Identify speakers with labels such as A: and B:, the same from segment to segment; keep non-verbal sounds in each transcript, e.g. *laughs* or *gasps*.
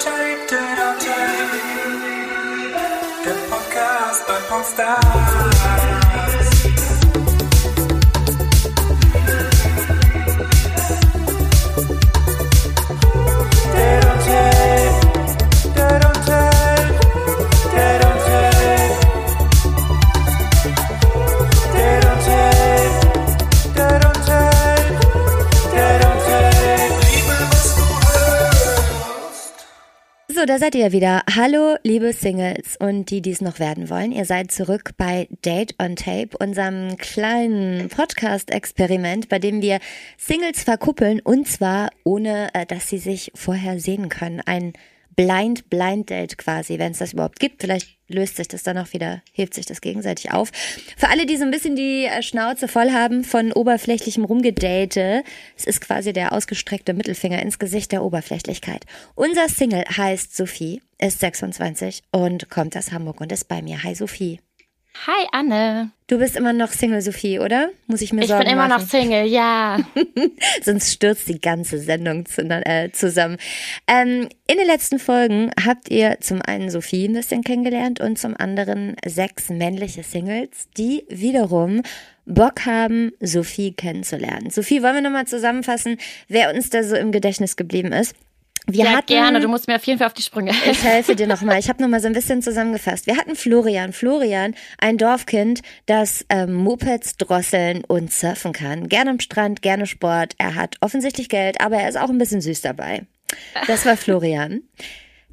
A: Tape, Der Podcast bei Popstars.
B: So, da seid ihr wieder. Hallo, liebe Singles und die, die es noch werden wollen. Ihr seid zurück bei Date on Tape, unserem kleinen Podcast-Experiment, bei dem wir Singles verkuppeln und zwar ohne, äh, dass sie sich vorher sehen können. Ein Blind Blind Date quasi, wenn es das überhaupt gibt. Vielleicht löst sich das dann auch wieder, hebt sich das gegenseitig auf. Für alle, die so ein bisschen die äh, Schnauze voll haben von oberflächlichem Rumgedate, es ist quasi der ausgestreckte Mittelfinger ins Gesicht der Oberflächlichkeit. Unser Single heißt Sophie, ist 26 und kommt aus Hamburg und ist bei mir. Hi Sophie.
C: Hi Anne.
B: Du bist immer noch Single, Sophie, oder? Muss ich mir
C: Ich
B: Sorgen
C: bin immer noch
B: machen?
C: Single, ja.
B: Sonst stürzt die ganze Sendung zu, äh, zusammen. Ähm, in den letzten Folgen habt ihr zum einen Sophie ein bisschen kennengelernt und zum anderen sechs männliche Singles, die wiederum Bock haben, Sophie kennenzulernen. Sophie, wollen wir nochmal zusammenfassen, wer uns da so im Gedächtnis geblieben ist? *laughs* Wir
C: ja,
B: hatten,
C: gerne. Du musst mir auf jeden Fall auf die Sprünge
B: ich helfe dir nochmal. Ich habe nochmal so ein bisschen zusammengefasst. Wir hatten Florian. Florian, ein Dorfkind, das ähm, Mopeds drosseln und surfen kann. Gerne am Strand, gerne Sport. Er hat offensichtlich Geld, aber er ist auch ein bisschen süß dabei. Das war Florian.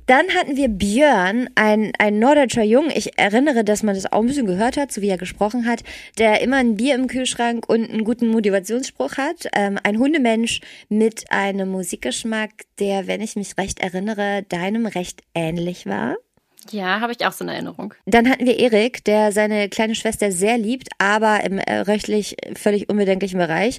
B: Dann hatten wir Björn, ein, ein norddeutscher Jung. Ich erinnere, dass man das auch ein bisschen gehört hat, so wie er gesprochen hat, der immer ein Bier im Kühlschrank und einen guten Motivationsspruch hat. Ähm, ein Hundemensch mit einem Musikgeschmack, der, wenn ich mich recht erinnere, deinem recht ähnlich war.
C: *laughs* Ja, habe ich auch so eine Erinnerung.
B: Dann hatten wir Erik, der seine kleine Schwester sehr liebt, aber im äh, rechtlich völlig unbedenklichen Bereich.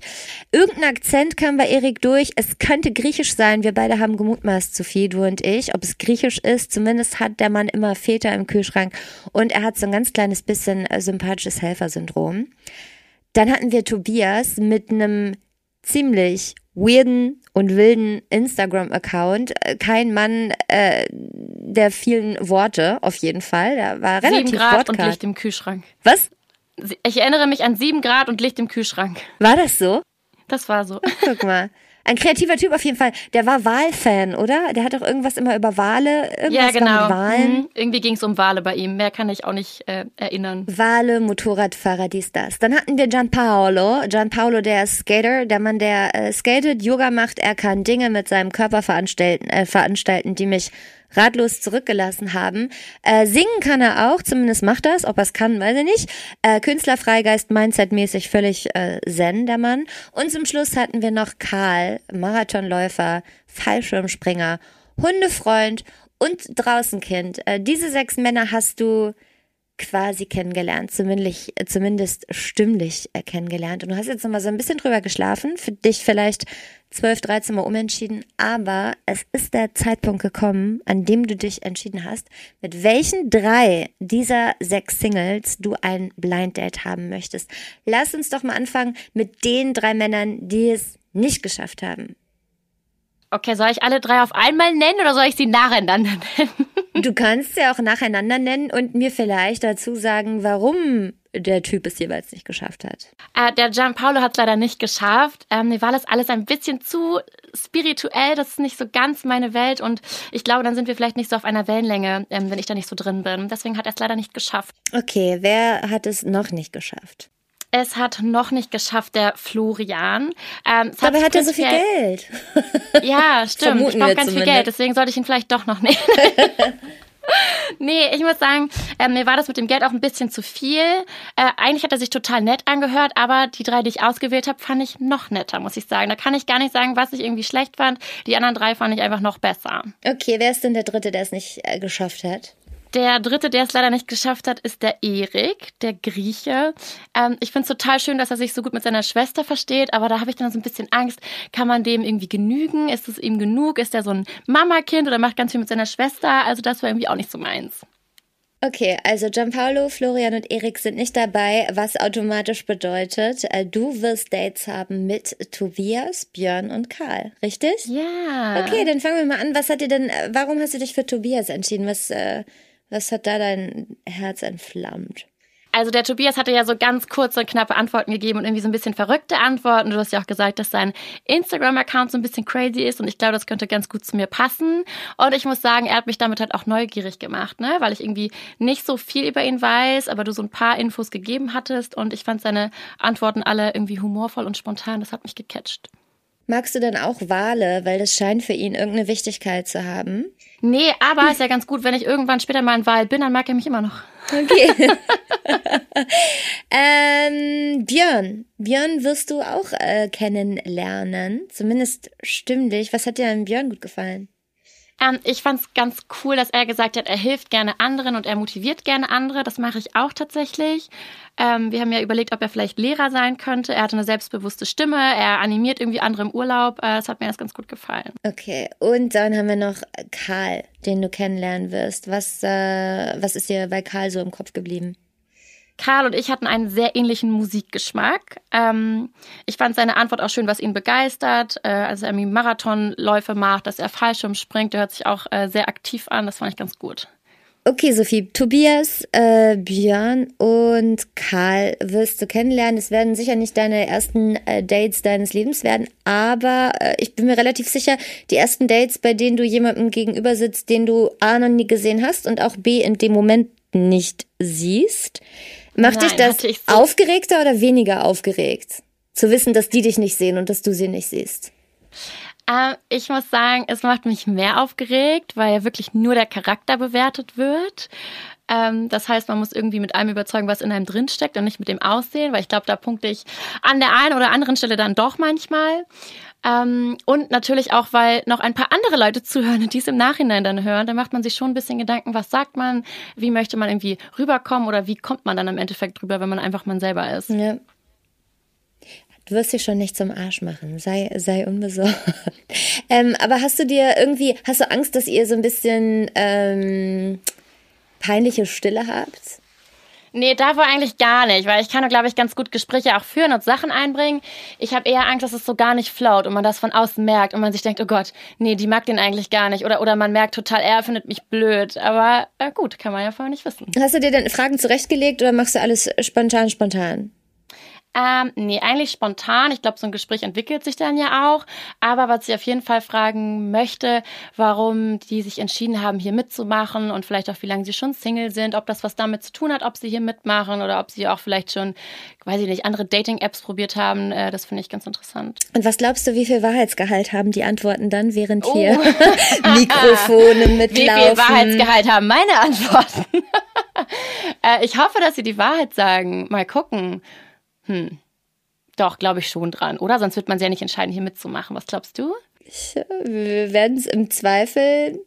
B: Irgendein Akzent kam bei Erik durch. Es könnte griechisch sein. Wir beide haben gemutmaßt, Sophie, du und ich, ob es griechisch ist. Zumindest hat der Mann immer Väter im Kühlschrank und er hat so ein ganz kleines bisschen äh, sympathisches Helfersyndrom. Dann hatten wir Tobias mit einem ziemlich weirden und wilden Instagram-Account. Äh, Kein Mann äh, der vielen Worte, auf jeden Fall. Der war relativ
C: sieben Grad und
B: wortkarg.
C: Licht im Kühlschrank.
B: Was?
C: Sie- Ich erinnere mich an sieben Grad und Licht im Kühlschrank.
B: War das so?
C: Das
B: *laughs*
C: war so.
B: Guck mal. Ein kreativer Typ auf jeden Fall. Der war Wahlfan, oder? Der hat doch irgendwas immer über Wale. Irgendwas
C: ja, genau.
B: War mit Wahlen.
C: Hm, irgendwie ging es um Wale bei ihm. Mehr kann ich auch nicht äh, erinnern.
B: Wale, Motorradfahrer, dies, das. Dann hatten wir Gianpaolo. Gianpaolo, der ist Skater, der Mann, der äh, skatet, Yoga macht. Er kann Dinge mit seinem Körper veranstalten, äh, veranstalten die mich ratlos zurückgelassen haben. Äh, singen kann er auch, zumindest macht er es. Ob er es kann, weiß ich nicht. Äh, Künstler, Freigeist, Mindset-mäßig völlig äh, zen, der Mann. Und zum Schluss hatten wir noch Karl, Marathonläufer, Fallschirmspringer, Hundefreund und Draußenkind. Äh, diese sechs Männer hast du quasi kennengelernt, zumindest, zumindest stimmlich äh, kennengelernt. Und du hast jetzt nochmal so ein bisschen drüber geschlafen, für dich vielleicht 12, 13 Mal umentschieden, aber es ist der Zeitpunkt gekommen, an dem du dich entschieden hast, mit welchen drei dieser sechs Singles du ein Blind Date haben möchtest. Lass uns doch mal anfangen mit den drei Männern, die es nicht geschafft haben.
C: Okay, soll ich alle drei auf einmal nennen oder soll ich sie nacheinander nennen?
B: Du kannst sie auch nacheinander nennen und mir vielleicht dazu sagen, warum der Typ es jeweils nicht geschafft hat.
C: Äh, der Gianpaolo hat es leider nicht geschafft. Ähm, mir war das alles ein bisschen zu spirituell. Das ist nicht so ganz meine Welt. Und ich glaube, dann sind wir vielleicht nicht so auf einer Wellenlänge, ähm, wenn ich da nicht so drin bin. Deswegen hat er es leider nicht geschafft.
B: Okay, wer hat es noch nicht geschafft?
C: Es hat noch nicht geschafft, der Florian. Ähm, es
B: Dabei
C: sich
B: hat er so viel
C: prinzipiell-
B: Geld. *laughs*
C: Ja, stimmt.
B: Vermuten
C: ich brauche
B: wir
C: ganz viel
B: zumindest.
C: Geld, deswegen sollte ich ihn vielleicht doch noch nehmen. *laughs* Nee, ich muss sagen, ähm, mir war das mit dem Geld auch ein bisschen zu viel. Äh, eigentlich hat er sich total nett angehört, aber die drei, die ich ausgewählt habe, fand ich noch netter, muss ich sagen. Da kann ich gar nicht sagen, was ich irgendwie schlecht fand. Die anderen drei fand ich einfach noch besser.
B: Okay, wer ist denn der Dritte, der es nicht äh, geschafft hat?
C: Der dritte, der es leider nicht geschafft hat, ist der Erik, der Grieche. Ähm, ich find's total schön, dass er sich so gut mit seiner Schwester versteht, aber da habe ich dann so ein bisschen Angst. Kann man dem irgendwie genügen? Ist es ihm genug? Ist er so ein Mamakind oder macht ganz viel mit seiner Schwester? Also das war irgendwie auch nicht so meins.
B: Okay, also Gianpaolo, Florian und Erik sind nicht dabei, was automatisch bedeutet, äh, du wirst Dates haben mit Tobias, Björn und Karl, richtig?
C: Ja.
B: Okay, dann fangen wir mal an. Was hat dir denn, äh, warum hast du dich für Tobias entschieden? Was, äh, was hat da dein Herz entflammt?
C: Also der Tobias hatte ja so ganz kurze, knappe Antworten gegeben und irgendwie so ein bisschen verrückte Antworten. Du hast ja auch gesagt, dass sein Instagram-Account so ein bisschen crazy ist und ich glaube, das könnte ganz gut zu mir passen. Und ich muss sagen, er hat mich damit halt auch neugierig gemacht, ne? weil ich irgendwie nicht so viel über ihn weiß, aber du so ein paar Infos gegeben hattest und ich fand seine Antworten alle irgendwie humorvoll und spontan. Das hat mich gecatcht.
B: Magst du dann auch Wale, weil das scheint für ihn irgendeine Wichtigkeit zu haben?
C: Nee, aber ist ja ganz gut, wenn ich irgendwann später mal in Wahl bin, dann mag er mich immer noch.
B: Okay. *laughs* ähm, Björn, Björn wirst du auch äh, kennenlernen, zumindest stimmlich. Was hat dir an Björn gut gefallen?
C: Ähm, ich fand es ganz cool, dass er gesagt hat, er hilft gerne anderen und er motiviert gerne andere. Das mache ich auch tatsächlich. Ähm, wir haben ja überlegt, ob er vielleicht Lehrer sein könnte. Er hatte eine selbstbewusste Stimme, er animiert irgendwie andere im Urlaub. Äh, das hat mir erst ganz gut gefallen.
B: Okay, und dann haben wir noch Karl, den du kennenlernen wirst. Was, äh, was ist dir bei Karl so im Kopf geblieben?
C: Karl und ich hatten einen sehr ähnlichen Musikgeschmack. Ähm, ich fand seine Antwort auch schön, was ihn begeistert. Äh, als er irgendwie Marathonläufe macht, dass er Fallschirm springt, der hört sich auch äh, sehr aktiv an. Das fand ich ganz gut.
B: Okay, Sophie, Tobias, äh, Björn und Karl wirst du kennenlernen. Es werden sicher nicht deine ersten äh, Dates deines Lebens werden, aber äh, ich bin mir relativ sicher, die ersten Dates, bei denen du jemandem gegenüber sitzt, den du A noch nie gesehen hast und auch B in dem Moment nicht siehst, macht dich
C: Nein,
B: das
C: hatte ich so-
B: aufgeregter oder weniger aufgeregt? Zu wissen, dass die dich nicht sehen und dass du sie nicht siehst.
C: Ähm, ich muss sagen, es macht mich mehr aufgeregt, weil ja wirklich nur der Charakter bewertet wird. Ähm, das heißt, man muss irgendwie mit allem überzeugen, was in einem drin steckt und nicht mit dem Aussehen, weil ich glaube, da punkte ich an der einen oder anderen Stelle dann doch manchmal. Ähm, und natürlich auch, weil noch ein paar andere Leute zuhören und dies im Nachhinein dann hören, da macht man sich schon ein bisschen Gedanken, was sagt man, wie möchte man irgendwie rüberkommen oder wie kommt man dann im Endeffekt rüber, wenn man einfach man selber ist.
B: Ja. Du wirst dich schon nicht zum Arsch machen. Sei, sei unbesorgt. *laughs* Ähm, aber hast du dir irgendwie, hast du Angst, dass ihr so ein bisschen ähm, peinliche Stille habt?
C: Nee, davor eigentlich gar nicht, weil ich kann, glaube ich, ganz gut Gespräche auch führen und Sachen einbringen. Ich habe eher Angst, dass es so gar nicht float und man das von außen merkt und man sich denkt, oh Gott, nee, die mag den eigentlich gar nicht. Oder, oder man merkt total, er findet mich blöd. Aber äh, gut, kann man ja vorher nicht wissen.
B: Hast du dir denn Fragen zurechtgelegt oder machst du alles spontan, spontan?
C: Ähm, nee, eigentlich spontan. Ich glaube, so ein Gespräch entwickelt sich dann ja auch. Aber was ich auf jeden Fall fragen möchte, warum die sich entschieden haben, hier mitzumachen und vielleicht auch, wie lange sie schon Single sind, ob das was damit zu tun hat, ob sie hier mitmachen oder ob sie auch vielleicht schon, weiß ich nicht, andere Dating-Apps probiert haben. Äh, das finde ich ganz interessant.
B: Und was glaubst du, wie viel Wahrheitsgehalt haben die Antworten dann, während hier *laughs* Mikrofone mitlaufen?
C: Oh. *laughs* Wie viel Wahrheitsgehalt haben meine Antworten? *laughs* äh, ich hoffe, dass sie die Wahrheit sagen. Mal gucken. Hm. Doch, glaube ich schon dran, oder? Sonst wird man sehr nicht entscheiden, hier mitzumachen. Was glaubst du?
B: Wir werden es im Zweifel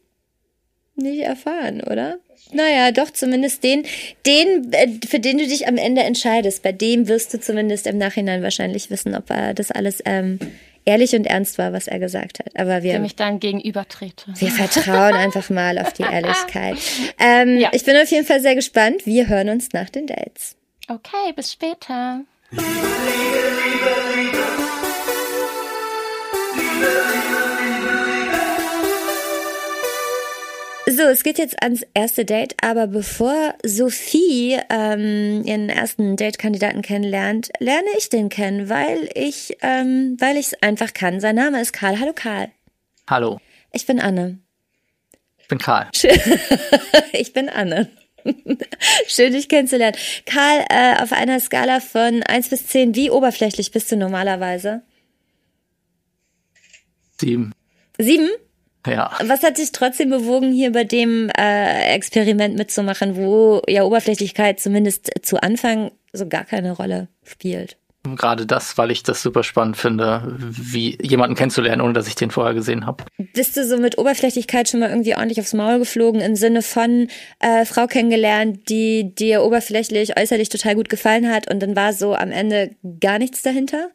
B: nicht erfahren, oder? Naja, doch, zumindest den, den, äh, für den du dich am Ende entscheidest, bei dem wirst du zumindest im Nachhinein wahrscheinlich wissen, ob er das alles ähm, ehrlich und ernst war, was er gesagt hat. Aber wir,
C: Dem ich dann gegenüber trete.
B: wir vertrauen einfach mal auf die Ehrlichkeit. Ähm,
C: Ja.
B: Ich bin auf jeden Fall sehr gespannt. Wir hören uns nach den Dates.
C: Okay, bis später.
B: So, es geht jetzt ans erste Date, aber bevor Sophie ähm, ihren ersten Date-Kandidaten kennenlernt, lerne ich den kennen, weil ich ähm, weil ich es einfach kann. Sein Name ist Karl. Hallo Karl.
D: Hallo,
B: Ich bin Anne. *laughs*
D: ich bin Karl.
B: Ich bin Anne. *laughs* Schön, dich kennenzulernen. Karl, äh, auf einer Skala von 1 bis 10, wie oberflächlich bist du normalerweise?
D: Sieben.
B: Sieben?
D: Ja.
B: Was hat dich trotzdem bewogen, hier bei dem äh, Experiment mitzumachen, wo ja Oberflächlichkeit zumindest zu Anfang so gar keine Rolle spielt?
D: Gerade das, weil ich das super spannend finde, wie jemanden kennenzulernen, ohne dass ich den vorher gesehen habe.
B: Bist du so mit Oberflächlichkeit schon mal irgendwie ordentlich aufs Maul geflogen im Sinne von äh, Frau kennengelernt, die dir oberflächlich, äußerlich total gut gefallen hat und dann war so am Ende gar nichts dahinter?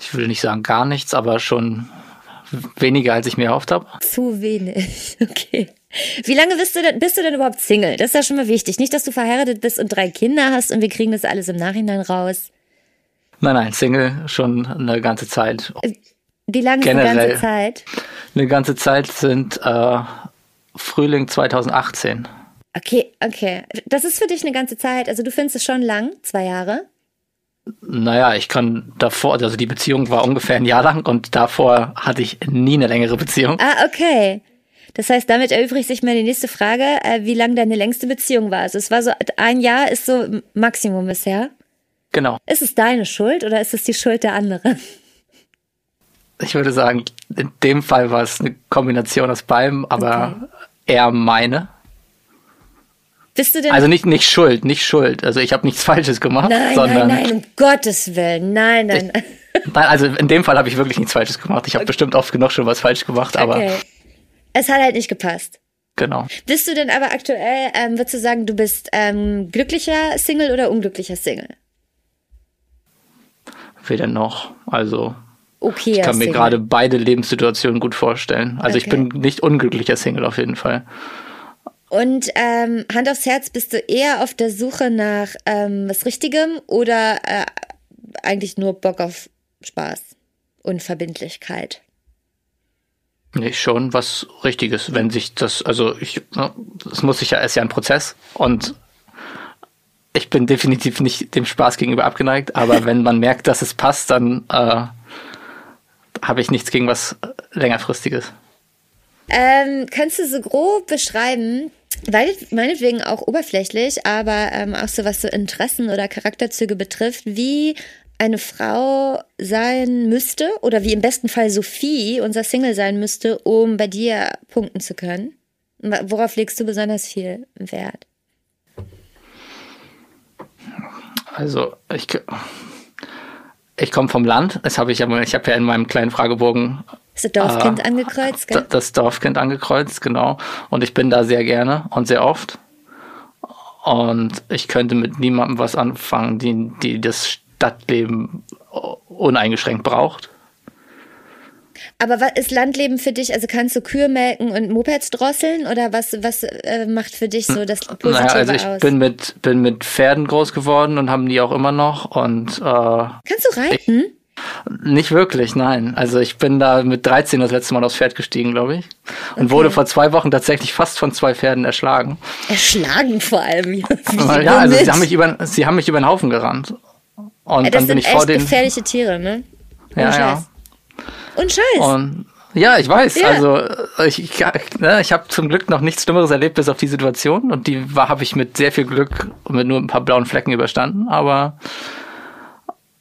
D: Ich will nicht sagen gar nichts, aber schon weniger, als ich mir erhofft habe.
B: Zu wenig, *laughs* okay. Wie lange bist du, denn, bist du denn überhaupt Single? Das ist ja schon mal wichtig. Nicht, dass du verheiratet bist und drei Kinder hast und wir kriegen das alles im Nachhinein raus.
E: Nein, nein, Single schon eine ganze Zeit.
B: Wie lange ist die
E: Generell.
B: ganze Zeit?
E: Eine ganze Zeit sind äh, Frühling 2018.
B: Okay, okay. Das ist für dich eine ganze Zeit. Also du findest es schon lang, zwei Jahre.
E: Naja, ich kann davor, also die Beziehung war ungefähr ein Jahr lang und davor hatte ich nie eine längere Beziehung.
B: Ah, okay. Das heißt, damit erübrigt sich meine nächste Frage, äh, wie lang deine längste Beziehung war. Also es war so, ein Jahr ist so Maximum bisher.
E: Genau.
B: Ist es deine Schuld oder ist es die Schuld der anderen?
E: Ich würde sagen, in dem Fall war es eine Kombination aus beidem, aber eher meine.
B: Bist du denn
E: Also nicht, nicht Schuld, nicht Schuld. Also ich habe nichts *laughs* Falsches gemacht,
B: Nein,
E: sondern.
B: nein, nein, um Gottes Willen. Nein, nein.
E: *laughs* Nein, also in dem Fall habe ich wirklich nichts Falsches gemacht. Ich habe bestimmt oft genug schon was falsch gemacht, aber
B: Okay. Es hat halt nicht gepasst.
E: genau.
B: Bist du denn aber aktuell, ähm, würdest du sagen, du bist ähm, glücklicher Single oder unglücklicher Single?
E: Weder noch. Also
B: Okay.
E: ich kann mir
B: Single.
E: gerade beide Lebenssituationen gut vorstellen. Also ich
B: Okay.
E: bin nicht unglücklicher Single auf jeden Fall.
B: Und ähm, Hand aufs Herz, bist du eher auf der Suche nach ähm, was Richtigem oder äh, eigentlich nur Bock auf Spaß und Verbindlichkeit?
E: Nee, schon was Richtiges, wenn sich das, also ich, ne, es muss sich ja, ist ja ein Prozess und ich bin definitiv nicht dem Spaß gegenüber abgeneigt, aber wenn man merkt, dass es passt, dann äh, habe ich nichts gegen was längerfristiges.
B: Ähm, kannst du so grob beschreiben, weil meinetwegen auch oberflächlich, aber ähm, auch so was so Interessen oder Charakterzüge betrifft, wie eine Frau sein müsste oder wie im besten Fall Sophie unser Single sein müsste, um bei dir punkten zu können? Wa- Worauf legst du besonders viel Wert?
E: Also ich, ich komme vom Land, das habe ich aber, ich habe ja in meinem kleinen Fragebogen
B: Hast du Dorfkind
E: Ah,
B: angekreuzt,
E: d-
B: gell?
E: das Dorfkind angekreuzt, genau. Und ich bin da sehr gerne und sehr oft. Und ich könnte mit niemandem was anfangen, die, die das Stadtleben uneingeschränkt braucht.
B: Aber was ist Landleben für dich? Also kannst du Kühe melken und Mopeds drosseln oder was, was äh, macht für dich so das Positive
E: Naja, also ich
B: aus?
E: bin mit, bin mit Pferden groß geworden und haben die auch immer noch. Und äh,
B: kannst du reiten?
E: nicht wirklich, nein. Also ich bin da mit 13 das letzte Mal aufs Pferd gestiegen, glaube ich. Und wurde vor zwei Wochen tatsächlich fast von zwei Pferden erschlagen.
B: Erschlagen vor allem. *laughs* Wie Äh,
E: Aber Ja, also sie haben mich über, sie haben mich über den Haufen gerannt. Und
B: das
E: dann bin
B: sind
E: ich
B: echt
E: vor den.
B: gefährliche Tiere, ne?
E: Ja, ja.
B: Scheiß. Und Scheiß.
E: Und ja, ich weiß.
B: Ja.
E: Also äh, ich, ich, ne, ich habe zum Glück noch nichts Schlimmeres erlebt bis auf die Situation und die war habe ich mit sehr viel Glück und mit nur ein paar blauen Flecken überstanden. Aber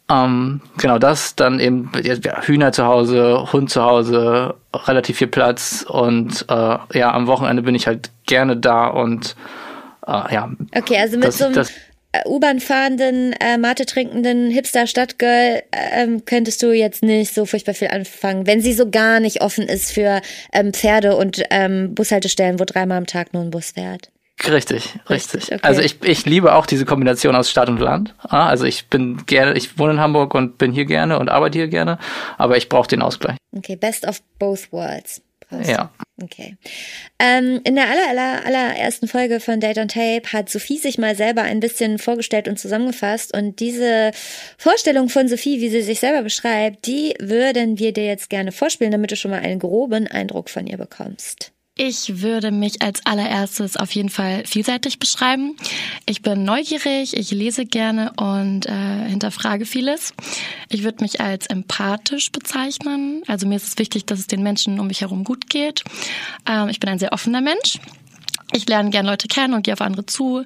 E: ähm, genau das, dann eben ja, Hühner zu Hause, Hund zu Hause, relativ viel Platz und äh, ja, am Wochenende bin ich halt gerne da und äh, ja,
B: okay, also mit
E: das-
B: so einem
E: das-
B: äh, U-Bahn fahrenden, äh, Mate trinkenden Hipster-Stadtgirl ähm, könntest du jetzt nicht so furchtbar viel anfangen, wenn sie so gar nicht offen ist für ähm, Pferde und ähm, Bushaltestellen, wo dreimal am Tag nur ein Bus fährt.
E: Richtig, richtig.
B: okay.
E: Also ich, ich liebe auch diese Kombination aus Stadt und Land. Ah, Also ich bin gerne, ich wohne in Hamburg und bin hier gerne und arbeite hier gerne, aber ich brauche den Ausgleich.
B: Okay, best of both worlds. brauchst
E: Ja.
B: du. Okay. Ähm, in der aller, aller, allerersten Folge von Date on Tape hat Sophie sich mal selber ein bisschen vorgestellt und zusammengefasst. Und diese Vorstellung von Sophie, wie sie sich selber beschreibt, die würden wir dir jetzt gerne vorspielen, damit du schon mal einen groben Eindruck von ihr bekommst.
C: Ich würde mich als allererstes auf jeden Fall vielseitig beschreiben. Ich bin neugierig, ich lese gerne und äh, hinterfrage vieles. Ich würde mich als empathisch bezeichnen. Also mir ist es wichtig, dass es den Menschen um mich herum gut geht. Ähm, ich bin ein sehr offener Mensch. Ich lerne gerne Leute kennen und gehe auf andere zu.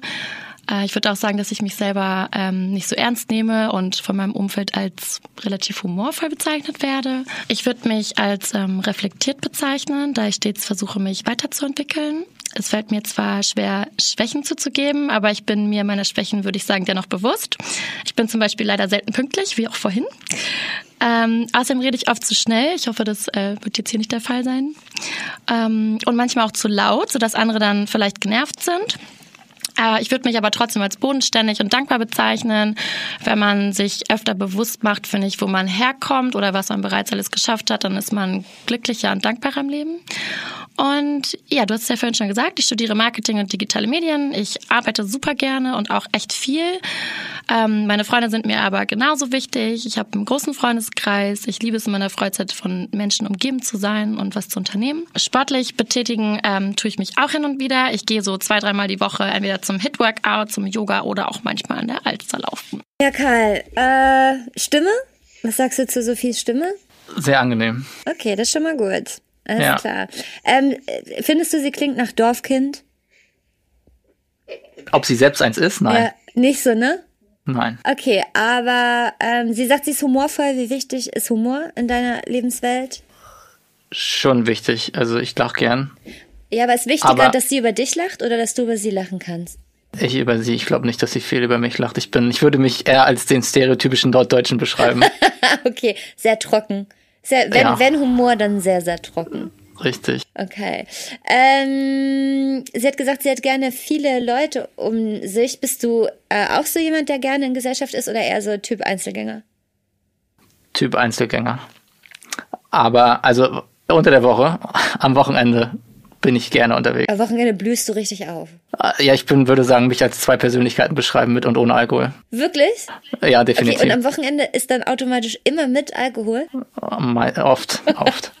C: Äh, ich würde auch sagen, dass ich mich selber ähm, nicht so ernst nehme und von meinem Umfeld als relativ humorvoll bezeichnet werde. Ich würde mich als ähm, reflektiert bezeichnen, da ich stets versuche, mich weiterzuentwickeln. Es fällt mir zwar schwer, Schwächen zuzugeben, aber ich bin mir meiner Schwächen, würde ich sagen, dennoch bewusst. Ich bin zum Beispiel leider selten pünktlich, wie auch vorhin. Ähm, außerdem rede ich oft zu schnell. Ich hoffe, das äh, wird jetzt hier nicht der Fall sein. Ähm, und manchmal auch zu laut, sodass andere dann vielleicht genervt sind. Äh, Ich würde mich aber trotzdem als bodenständig und dankbar bezeichnen, wenn man sich öfter bewusst macht, finde ich, wo man herkommt oder was man bereits alles geschafft hat, dann ist man glücklicher und dankbarer im Leben. Und ja, du hast es ja vorhin schon gesagt, ich studiere Marketing und digitale Medien. Ich arbeite super gerne und auch echt viel. Ähm, meine Freunde sind mir aber genauso wichtig. Ich habe einen großen Freundeskreis. Ich liebe es in meiner Freizeit von Menschen umgeben zu sein und was zu unternehmen. Sportlich betätigen ähm, tue ich mich auch hin und wieder. Ich gehe so zwei, dreimal die Woche entweder zum Hit-Workout, zum Yoga oder auch manchmal an der Alster laufen.
B: Ja, Karl, äh, Stimme? Was sagst du zu Sophies Stimme?
D: Sehr angenehm.
B: Okay, das ist schon mal gut. Alles
D: Ja.
B: klar. Ähm, äh, findest du, sie klingt nach Dorfkind?
D: Ob sie selbst eins ist? Nein.
B: Ja, nicht so, ne?
D: Nein.
B: Okay, aber ähm, sie sagt, sie ist humorvoll. Wie wichtig ist Humor in deiner Lebenswelt?
D: Schon wichtig. Also ich lache gern.
B: Ja, aber ist wichtiger,
D: Aber-
B: dass sie über dich lacht oder dass du über sie lachen kannst? *laughs*
D: Ich über sie. Ich glaube nicht, dass sie viel über mich lacht. Ich bin, ich würde mich eher als den stereotypischen Norddeutschen
B: *laughs*
D: beschreiben.
B: Ah, okay, sehr trocken. Sehr, wenn,
D: Ja.
B: wenn Humor, dann sehr, sehr trocken.
D: Richtig.
B: Okay. Ähm, sie hat gesagt, sie hat gerne viele Leute um sich. Bist du äh, auch so jemand, der gerne in Gesellschaft ist oder eher so Typ Einzelgänger?
D: Typ Einzelgänger. Aber also unter der Woche, am Wochenende bin ich gerne unterwegs.
B: Am Wochenende blühst du richtig auf.
D: Äh, Ja, ich bin, würde sagen, mich als zwei Persönlichkeiten beschreiben, mit und ohne Alkohol. Äh,
B: Wirklich?
D: Ja,
B: Okay, und am
D: definitiv.
B: Wochenende ist dann automatisch immer mit Alkohol?
D: Oh, Mei- oft,
B: *laughs*
D: oft.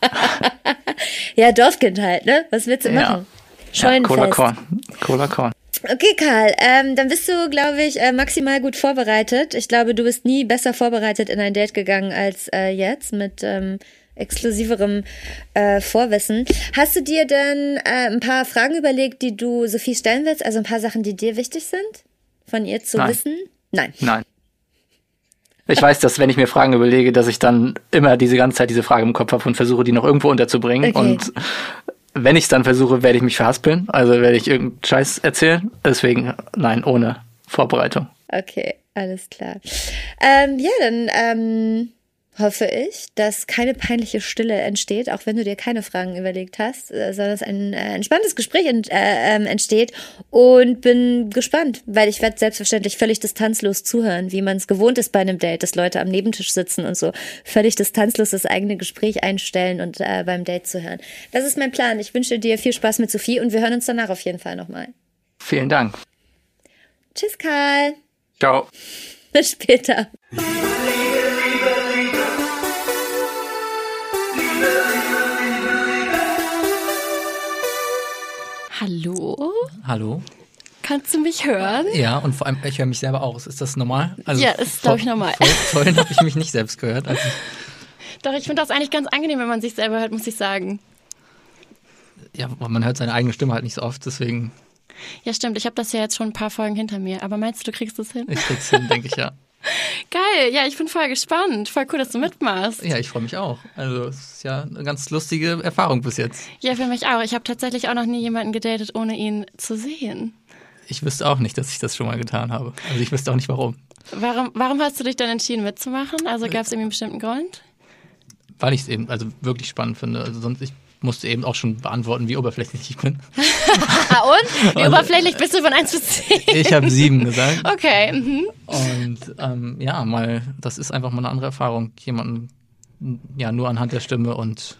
B: Ja, Dorfkind halt, ne? Was willst du
D: Ja.
B: machen?
D: ja,
B: Scheunenfest.
D: Cola Korn. Cola Korn.
B: Okay, Karl, ähm, dann bist du, glaube ich, äh, maximal gut vorbereitet. Ich glaube, du bist nie besser vorbereitet in ein Date gegangen als äh, jetzt mit ähm, exklusiverem äh, Vorwissen. Hast du dir denn äh, ein paar Fragen überlegt, die du Sophie stellen willst? Also ein paar Sachen, die dir wichtig sind, von ihr zu
D: Nein.
B: wissen? Nein.
D: Nein. Ich weiß, dass wenn ich mir Fragen überlege, dass ich dann immer diese ganze Zeit diese Frage im Kopf habe und versuche, die noch irgendwo unterzubringen.
B: Okay.
D: Und wenn ich es dann versuche, werde ich mich verhaspeln. Also werde ich irgendeinen Scheiß erzählen. Deswegen, nein, ohne Vorbereitung.
B: Okay, alles klar. Ähm, ja, dann ähm, hoffe ich, dass keine peinliche Stille entsteht, auch wenn du dir keine Fragen überlegt hast, äh, sondern es ein äh, entspanntes Gespräch ent, äh, ähm, entsteht. Und bin gespannt, weil ich werde selbstverständlich völlig distanzlos zuhören, wie man es gewohnt ist bei einem Date, dass Leute am Nebentisch sitzen und so völlig distanzlos das eigene Gespräch einstellen und äh, beim Date zuhören. Das ist mein Plan. Ich wünsche dir viel Spaß mit Sophie und wir hören uns danach auf jeden Fall nochmal.
D: Vielen Dank.
B: Tschüss, Karl. *laughs*
D: Ciao.
B: Bis später.
C: Hallo?
E: Hallo?
C: Kannst du mich hören?
E: Ja, und vor allem, ich höre mich selber aus. Ist das normal? Also,
C: Ja, ist, glaub ich,
E: vor-
C: normal.
E: vor- Vorhin habe ich mich nicht selbst gehört. Also,
C: Doch, ich finde das eigentlich ganz angenehm, wenn man sich selber hört, muss ich sagen.
E: ja, man hört seine eigene Stimme halt nicht so oft, deswegen,
C: Ja, stimmt, ich habe das ja jetzt schon ein paar Folgen hinter mir, aber meinst du, du kriegst es hin?
E: ich krieg's hin, denke ich ja.
C: Geil, ja, ich bin voll gespannt. Voll cool, dass du mitmachst.
E: Ja, ich freue mich auch. Also, es ist ja eine ganz lustige Erfahrung bis jetzt.
C: Ja, für mich auch. Ich habe tatsächlich auch noch nie jemanden gedatet, ohne ihn zu sehen.
E: Ich wüsste auch nicht, dass ich das schon mal getan habe. Also, ich wüsste auch nicht warum.
C: Warum, warum hast du dich dann entschieden, mitzumachen? Also gab es irgendwie einen bestimmten Grund?
E: Weil ich es eben, also wirklich spannend finde. Also, sonst, ich musste eben auch schon beantworten, wie oberflächlich
C: *laughs*
E: ich bin.
C: Ah, und? Wie oberflächlich bist du von 1 bis
E: *laughs*
C: 10?
E: Ich habe sieben gesagt.
C: Okay, mhm.
E: Und ähm, ja, mal, das ist einfach mal eine andere Erfahrung, jemanden n- ja nur anhand der Stimme und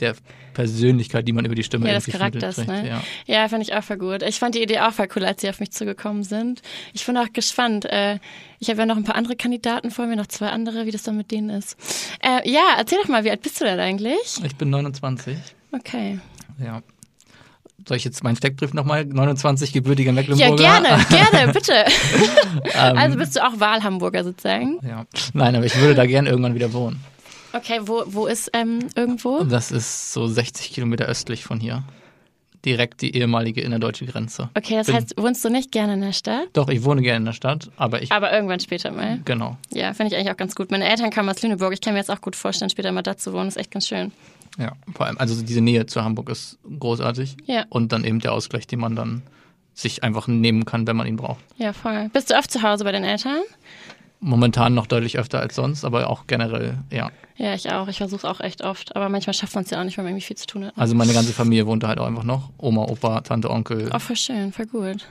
E: der Persönlichkeit, die man über die Stimme
C: ja, des
E: irgendwie
C: Charakters,
E: vermittelt
C: ne? Ja,
E: kriegt,
C: fand ich auch voll gut. Ich fand die Idee auch voll cool, als sie auf mich zugekommen sind. Ich bin auch gespannt. Äh, ich habe ja noch ein paar andere Kandidaten vor mir, noch zwei andere, wie das dann mit denen ist. Äh, ja, erzähl doch mal, wie alt bist du denn eigentlich?
E: ja. Ich bin 29,
C: Okay.
E: ja. Soll ich jetzt meinen Steckbrief nochmal? 29 gebürtiger
C: Ja,
E: Mecklenburger.
C: gerne, gerne, bitte.
E: Ähm,
C: Also bist du auch Wahlhamburger sozusagen.
E: ja. Nein, aber ich würde da gerne irgendwann wieder wohnen.
C: Okay, wo, wo ist ähm, irgendwo?
E: Das ist so 60 Kilometer östlich von hier. Direkt die ehemalige innerdeutsche Grenze.
C: Okay, das
E: Bin-
C: heißt, wohnst du nicht gerne in der Stadt?
E: Doch, ich wohne gerne in der Stadt, aber ich.
C: Aber irgendwann später mal.
E: Genau.
C: Ja, finde ich eigentlich auch ganz gut. Meine Eltern kamen aus Lüneburg. Ich kann mir jetzt auch gut vorstellen, später mal da zu wohnen. Ist echt ganz schön.
E: Ja, vor allem, also diese Nähe zu Hamburg ist großartig.
C: Ja.
E: Und dann eben der Ausgleich, den man dann sich einfach nehmen kann, wenn man ihn braucht.
C: Ja, voll. Bist du oft zu Hause bei den Eltern?
E: Momentan noch deutlich öfter als sonst, aber auch generell, ja.
C: Ja, ich auch. Ich versuche es auch echt oft. Aber manchmal schafft man es ja auch nicht, weil man irgendwie viel zu tun hat.
E: Also meine ganze Familie wohnt da halt auch einfach noch. Oma, Opa, Tante, Onkel.
C: Oh, voll schön, voll gut.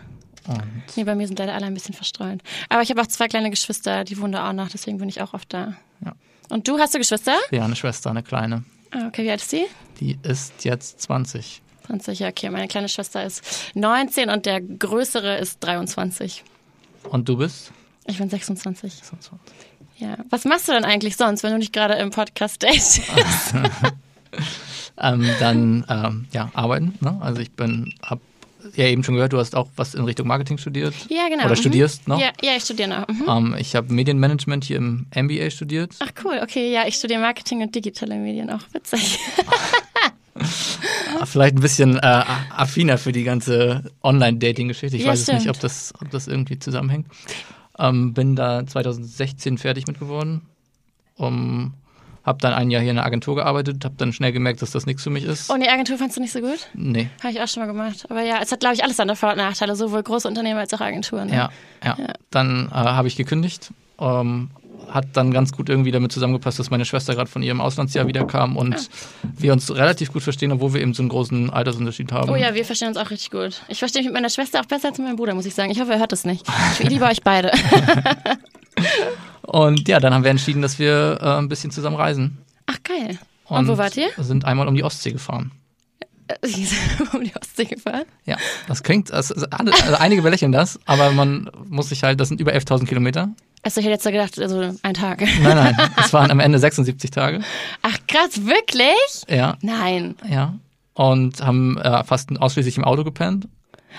E: Und
C: Nee, bei mir sind leider alle ein bisschen verstreut. Aber ich habe auch zwei kleine Geschwister, die wohnen da auch noch, deswegen bin ich auch oft da.
E: Ja.
C: Und du hast du Geschwister?
E: ja, eine Schwester, eine kleine.
C: Ah, okay, wie alt ist sie?
E: Die ist jetzt 20.
C: 20, ja, okay. Meine kleine Schwester ist 19 und der größere ist 23.
E: Und du bist?
C: Ich bin 26.
E: 26.
C: Ja. Was machst du denn eigentlich sonst, wenn du nicht gerade im Podcast
E: *laughs*
C: datest?
E: Ähm, dann ähm, ja, arbeiten. Ne? Also ich bin, hab ja eben schon gehört, du hast auch was in Richtung Marketing studiert.
C: ja, genau.
E: Oder
C: mhm.
E: studierst noch.
C: Ja, ja, ich studiere noch. Mhm.
E: Ähm, ich habe Medienmanagement hier im MBA studiert.
C: Ach cool, okay, ja, ich studiere Marketing und digitale Medien auch. Witzig.
E: Vielleicht ein bisschen äh, affiner für die ganze Online-Dating-Geschichte. Ich
C: Ja,
E: weiß es nicht,
C: stimmt.
E: ob das, ob das irgendwie zusammenhängt. Ähm, bin da 2016 fertig mit geworden. Um, habe dann ein Jahr hier in einer Agentur gearbeitet, habe dann schnell gemerkt, dass das nichts für mich ist.
C: Und die Oh, Agentur fandst du nicht so gut?
E: nee.
C: Habe ich auch schon mal gemacht. Aber ja, es hat, glaube ich, alles seine Vor- und Nachteile, sowohl große Unternehmen als auch Agenturen. ne?
E: Ja, ja. Dann äh, habe ich gekündigt. Ähm, hat dann ganz gut irgendwie damit zusammengepasst, dass meine Schwester gerade von ihrem Auslandsjahr wiederkam und
C: Ah.
E: wir uns relativ gut verstehen, obwohl wir eben so einen großen Altersunterschied haben.
C: Oh ja, wir verstehen uns auch richtig gut. Ich verstehe mich mit meiner Schwester auch besser als mit meinem Bruder, muss ich sagen. Ich hoffe, er hört das nicht. Ich
E: *laughs*
C: liebe euch beide.
E: Und ja, dann haben wir entschieden, dass wir äh, ein bisschen zusammen reisen.
C: Ach, geil. Und,
E: Und,
C: wo wart ihr? *laughs*
E: Sind einmal um die Ostsee gefahren.
C: Sie sind um die Ostsee gefahren.
E: Ja, das klingt, also, alle- also einige belächeln das, aber man muss sich halt, das sind über 11.000 Kilometer.
C: Also ich hätte jetzt so gedacht, also ein Tag.
E: Nein, nein, es waren am Ende 76 Tage.
C: Ach krass, wirklich?
E: Ja,
C: Nein.
E: ja. Und haben äh, fast ausschließlich im Auto gepennt,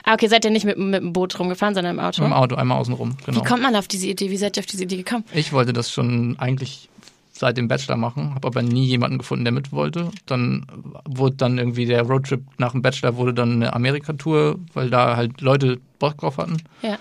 C: Ah, okay, seid ihr nicht mit, mit dem Boot rumgefahren, sondern im Auto?
E: im Auto einmal außenrum. Genau.
C: Wie kommt man auf diese Idee? Wie seid ihr auf diese Idee gekommen?
E: Ich wollte das schon eigentlich seit dem Bachelor machen, habe aber nie jemanden gefunden, der mit wollte. Dann wurde dann irgendwie der Roadtrip nach dem Bachelor wurde dann eine Amerika-Tour, weil da halt Leute Bock drauf hatten.
C: Ja.